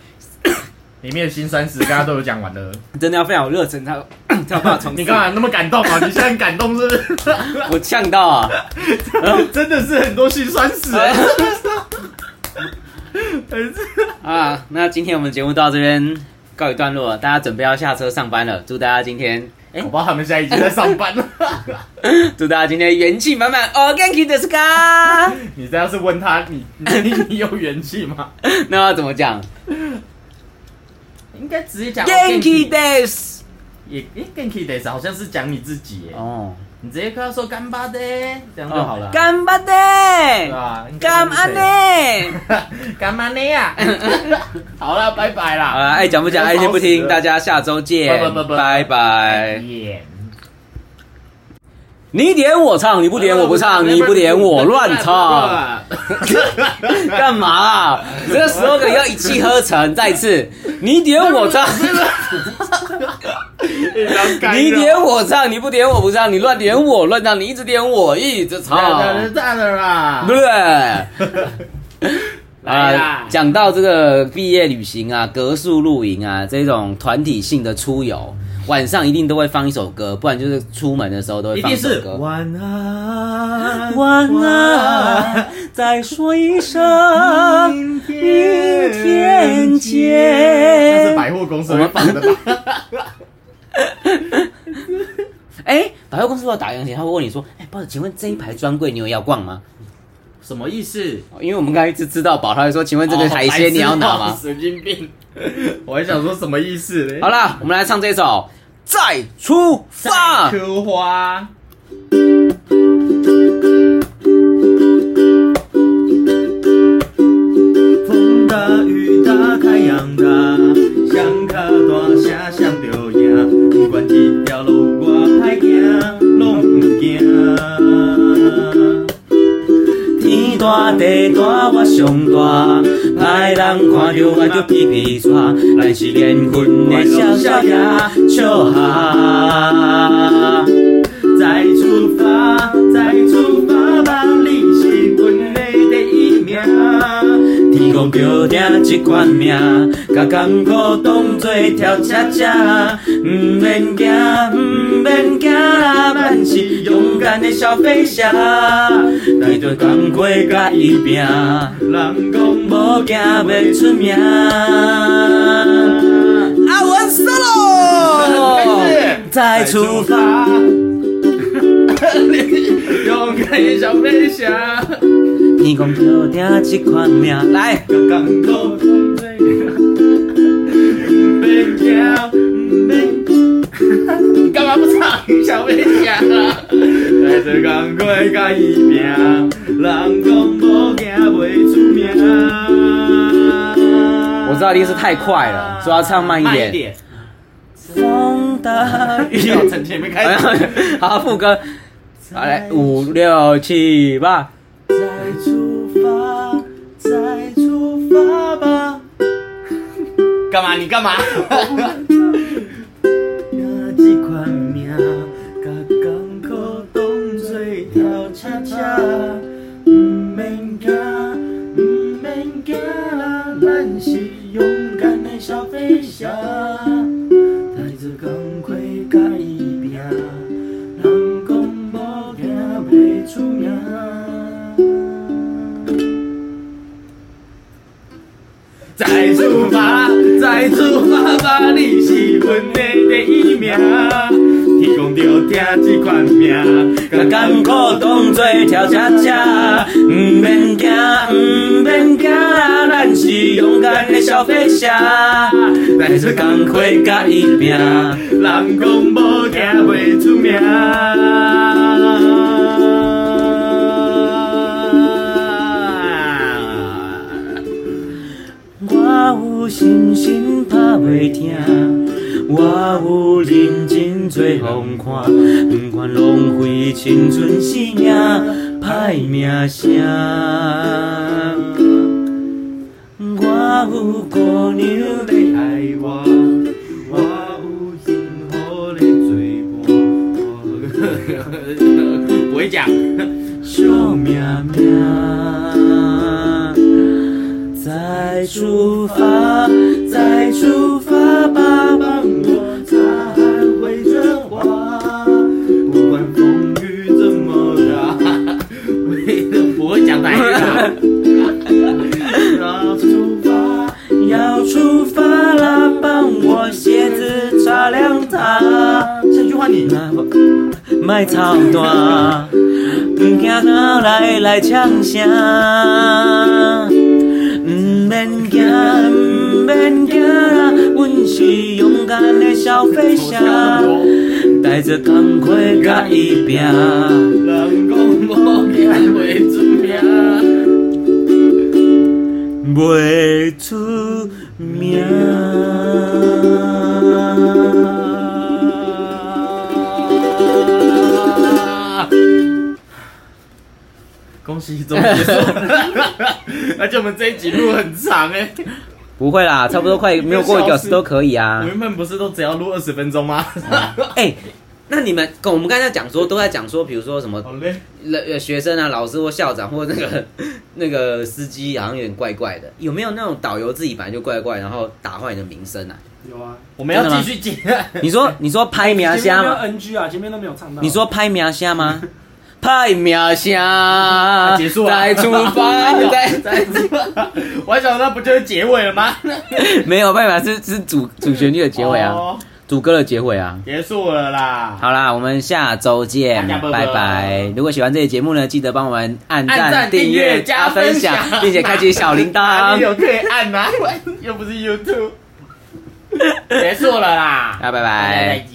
Speaker 2: 里面的辛酸史刚刚都有讲完了，
Speaker 1: 真的要非常有热忱才 *coughs* 有才有办法从事。*laughs*
Speaker 2: 你干嘛那么感动啊？你现在很感动是不是？
Speaker 1: 我呛到 *laughs* 啊！
Speaker 2: 真的是很多辛酸史哎、 *laughs*
Speaker 1: *laughs*
Speaker 2: 很
Speaker 1: 啊，那今天我们节目到这边告一段落了，大家准备要下车上班了，祝大家今天， *coughs* 哎、
Speaker 2: 我不知道他们现在已经在上班了。 *laughs*
Speaker 1: 祝大家今天元气满满哦，Ganky 的 sky。
Speaker 2: 你这样是问他，你你你有元气吗？
Speaker 1: *laughs* 那要怎么讲
Speaker 2: *laughs* 应该直
Speaker 1: 啊
Speaker 2: 接讲哦
Speaker 1: ？Ganky days。
Speaker 2: 也诶 Genki days 好像是讲你自己耶，
Speaker 1: 哦，
Speaker 2: 你直接跟他说干巴的，这样就好了。
Speaker 1: 干巴
Speaker 2: 哦对
Speaker 1: 的，
Speaker 2: 吧？应该
Speaker 1: 干
Speaker 2: 就
Speaker 1: 巴
Speaker 2: 是这样
Speaker 1: 的。
Speaker 2: *laughs* 干嘛呢呀？好了，拜拜啦。
Speaker 1: 好了，爱讲不讲，爱听不听，大家下周见
Speaker 2: 拜拜，拜
Speaker 1: 拜
Speaker 2: 拜
Speaker 1: 拜。
Speaker 2: 耶
Speaker 1: 你点我唱，你不点我不唱，你不点我乱唱，。干嘛啦？这时候可要一气呵成。再一
Speaker 2: *laughs*
Speaker 1: 次，你点我唱。你
Speaker 2: *laughs* 你
Speaker 1: 点我唱，你不点我不唱，你乱点我乱唱，你一
Speaker 2: 啊 *laughs*
Speaker 1: 直点我一直唱，
Speaker 2: 好，大了啦
Speaker 1: 对。不对？啊、
Speaker 2: 来啦
Speaker 1: 讲到这个毕业旅行啊、格数露营啊这种团体性的出游，晚上一定都会放一首歌，不然就是出门的时候都会
Speaker 2: 一
Speaker 1: 放
Speaker 2: 定
Speaker 1: 首
Speaker 2: 是
Speaker 1: 歌。
Speaker 2: 晚安，
Speaker 1: 晚安，再说一声，
Speaker 4: 明
Speaker 1: 明天
Speaker 4: 那是
Speaker 1: 见。
Speaker 4: 百货公司会放的吧？
Speaker 1: 哎，百货公司如果打烊前，他会问你说：“哎，包子，请问这一排专柜你有要逛吗哦
Speaker 2: 什么意思？？”
Speaker 1: 因为我们刚才一直知道宝，他会说：“请问
Speaker 2: 哦
Speaker 1: 这个海鲜你要拿
Speaker 4: 哦
Speaker 1: 吗
Speaker 2: 神经病！
Speaker 4: 我还想说什么意思？”嘞？
Speaker 1: 好啦，我们来唱这首《再出发》。
Speaker 4: 科花，
Speaker 2: 风大雨大太阳大，双脚大声闪着赢，不管这条路偌歹行，拢毋惊。天大地大我上大，歹人看着我就皮皮喘，咱是缘分的笑笑呀，笑哈。再出发，再出发吧，你是阮的啊第一名。天公叫定这款命，甲艰苦当作跳恰恰，毋嗯免惊，毋免惊啦，咱是勇敢的小飞侠。带着工过甲伊拼，人讲无惊袂出名。
Speaker 1: 阿文 solo，
Speaker 2: 再出发，
Speaker 4: 勇敢的小飞侠，
Speaker 1: 天公叫定这款命，来，
Speaker 2: 甲艰苦当作
Speaker 4: 别讲，
Speaker 2: 免
Speaker 4: 你干嘛不唱小飞侠啊？
Speaker 2: 来做工过甲伊拼，人讲无惊袂出名。
Speaker 1: 我知道一定是太快
Speaker 2: 啊
Speaker 1: 了所以要唱慢一点
Speaker 2: 慢一点。
Speaker 1: 风大雨
Speaker 2: 不要从哎前面开始。
Speaker 1: 好，副歌，好来，五六七八，
Speaker 2: 再出发，再出发吧。干嘛？你干嘛？拼这款命，甲艰苦当作跳恰恰，嗯毋免惊，毋免惊啦，咱是勇敢的小飞侠。带着工课甲伊拼，人讲无惊袂出名。再出发，再出发吧，你是阮的第一名。天公着听这款命，甲艰苦当作跳恰恰，毋免惊，毋免惊啦，咱是勇敢的小飞侠。带着工课甲伊拼，人讲无惊袂出名。我有信心打袂停，我有认真做风看，不管浪费青春性命，歹名声。我有姑娘在爱我，我有幸福的做伴，不会讲，小命命。再出发，再出发吧，帮我擦汗回春花。不管风雨怎么大，为了不会讲台语啦。要出发，要出发啦！帮我鞋子擦亮它。下一句换你。卖操蛋，不惊哪来来呛声。毋免惊，毋免惊啦，阮是勇敢的小飞侠，带着工课甲伊拼。人讲无惊袂出名，袂出名。
Speaker 4: 恭喜终于结束了，而且我们这一集录很长哎、
Speaker 1: 不会啦，差不多快没有过一个小时都可以啊
Speaker 4: 我。原本不是都只要录二十分钟吗？
Speaker 1: 哎、那你们，跟我们刚才讲说，都在讲说，比如说什么
Speaker 2: 好嘞，
Speaker 1: 呃学生啊、老师或校长或那个那个司机，好像有点怪怪的。有没有那种导游自己本来就怪怪，然后打坏你的名声啊？
Speaker 3: 有啊，
Speaker 2: 我们要
Speaker 1: 真的吗
Speaker 2: 继续讲。
Speaker 1: *laughs* 你说你说拍名
Speaker 3: 前
Speaker 1: 声
Speaker 3: 面没有
Speaker 1: 吗？
Speaker 2: *laughs*
Speaker 3: NG 啊，前面都没有唱到。
Speaker 1: 你说拍名声吗？拍名声，
Speaker 2: 结束啊
Speaker 1: 再出发，
Speaker 2: *laughs*
Speaker 1: 再再
Speaker 2: 我还想说那不就是结尾了吗？ *laughs*
Speaker 1: 没有办法，是是主主旋律的结尾啊，
Speaker 2: 哦
Speaker 1: 主歌的结尾啊。
Speaker 2: 结束了啦。
Speaker 1: 好啦，我们下周见
Speaker 2: 大家，拜拜
Speaker 1: 拜拜！如果喜欢这期节目呢，记得帮我们按
Speaker 2: 按
Speaker 1: 赞、
Speaker 2: 赞
Speaker 1: 订
Speaker 2: 订
Speaker 1: 阅、
Speaker 2: 阅
Speaker 1: 加
Speaker 2: 加
Speaker 1: 分
Speaker 2: 分
Speaker 1: 享
Speaker 2: 享，
Speaker 1: 并且开启小铃
Speaker 2: *laughs* 哪里
Speaker 1: 铛。
Speaker 2: 有可以啊 *laughs* 按吗？又不是 YouTube。结束了啦，
Speaker 1: 大家拜
Speaker 2: 大家再
Speaker 1: 拜。
Speaker 2: 见。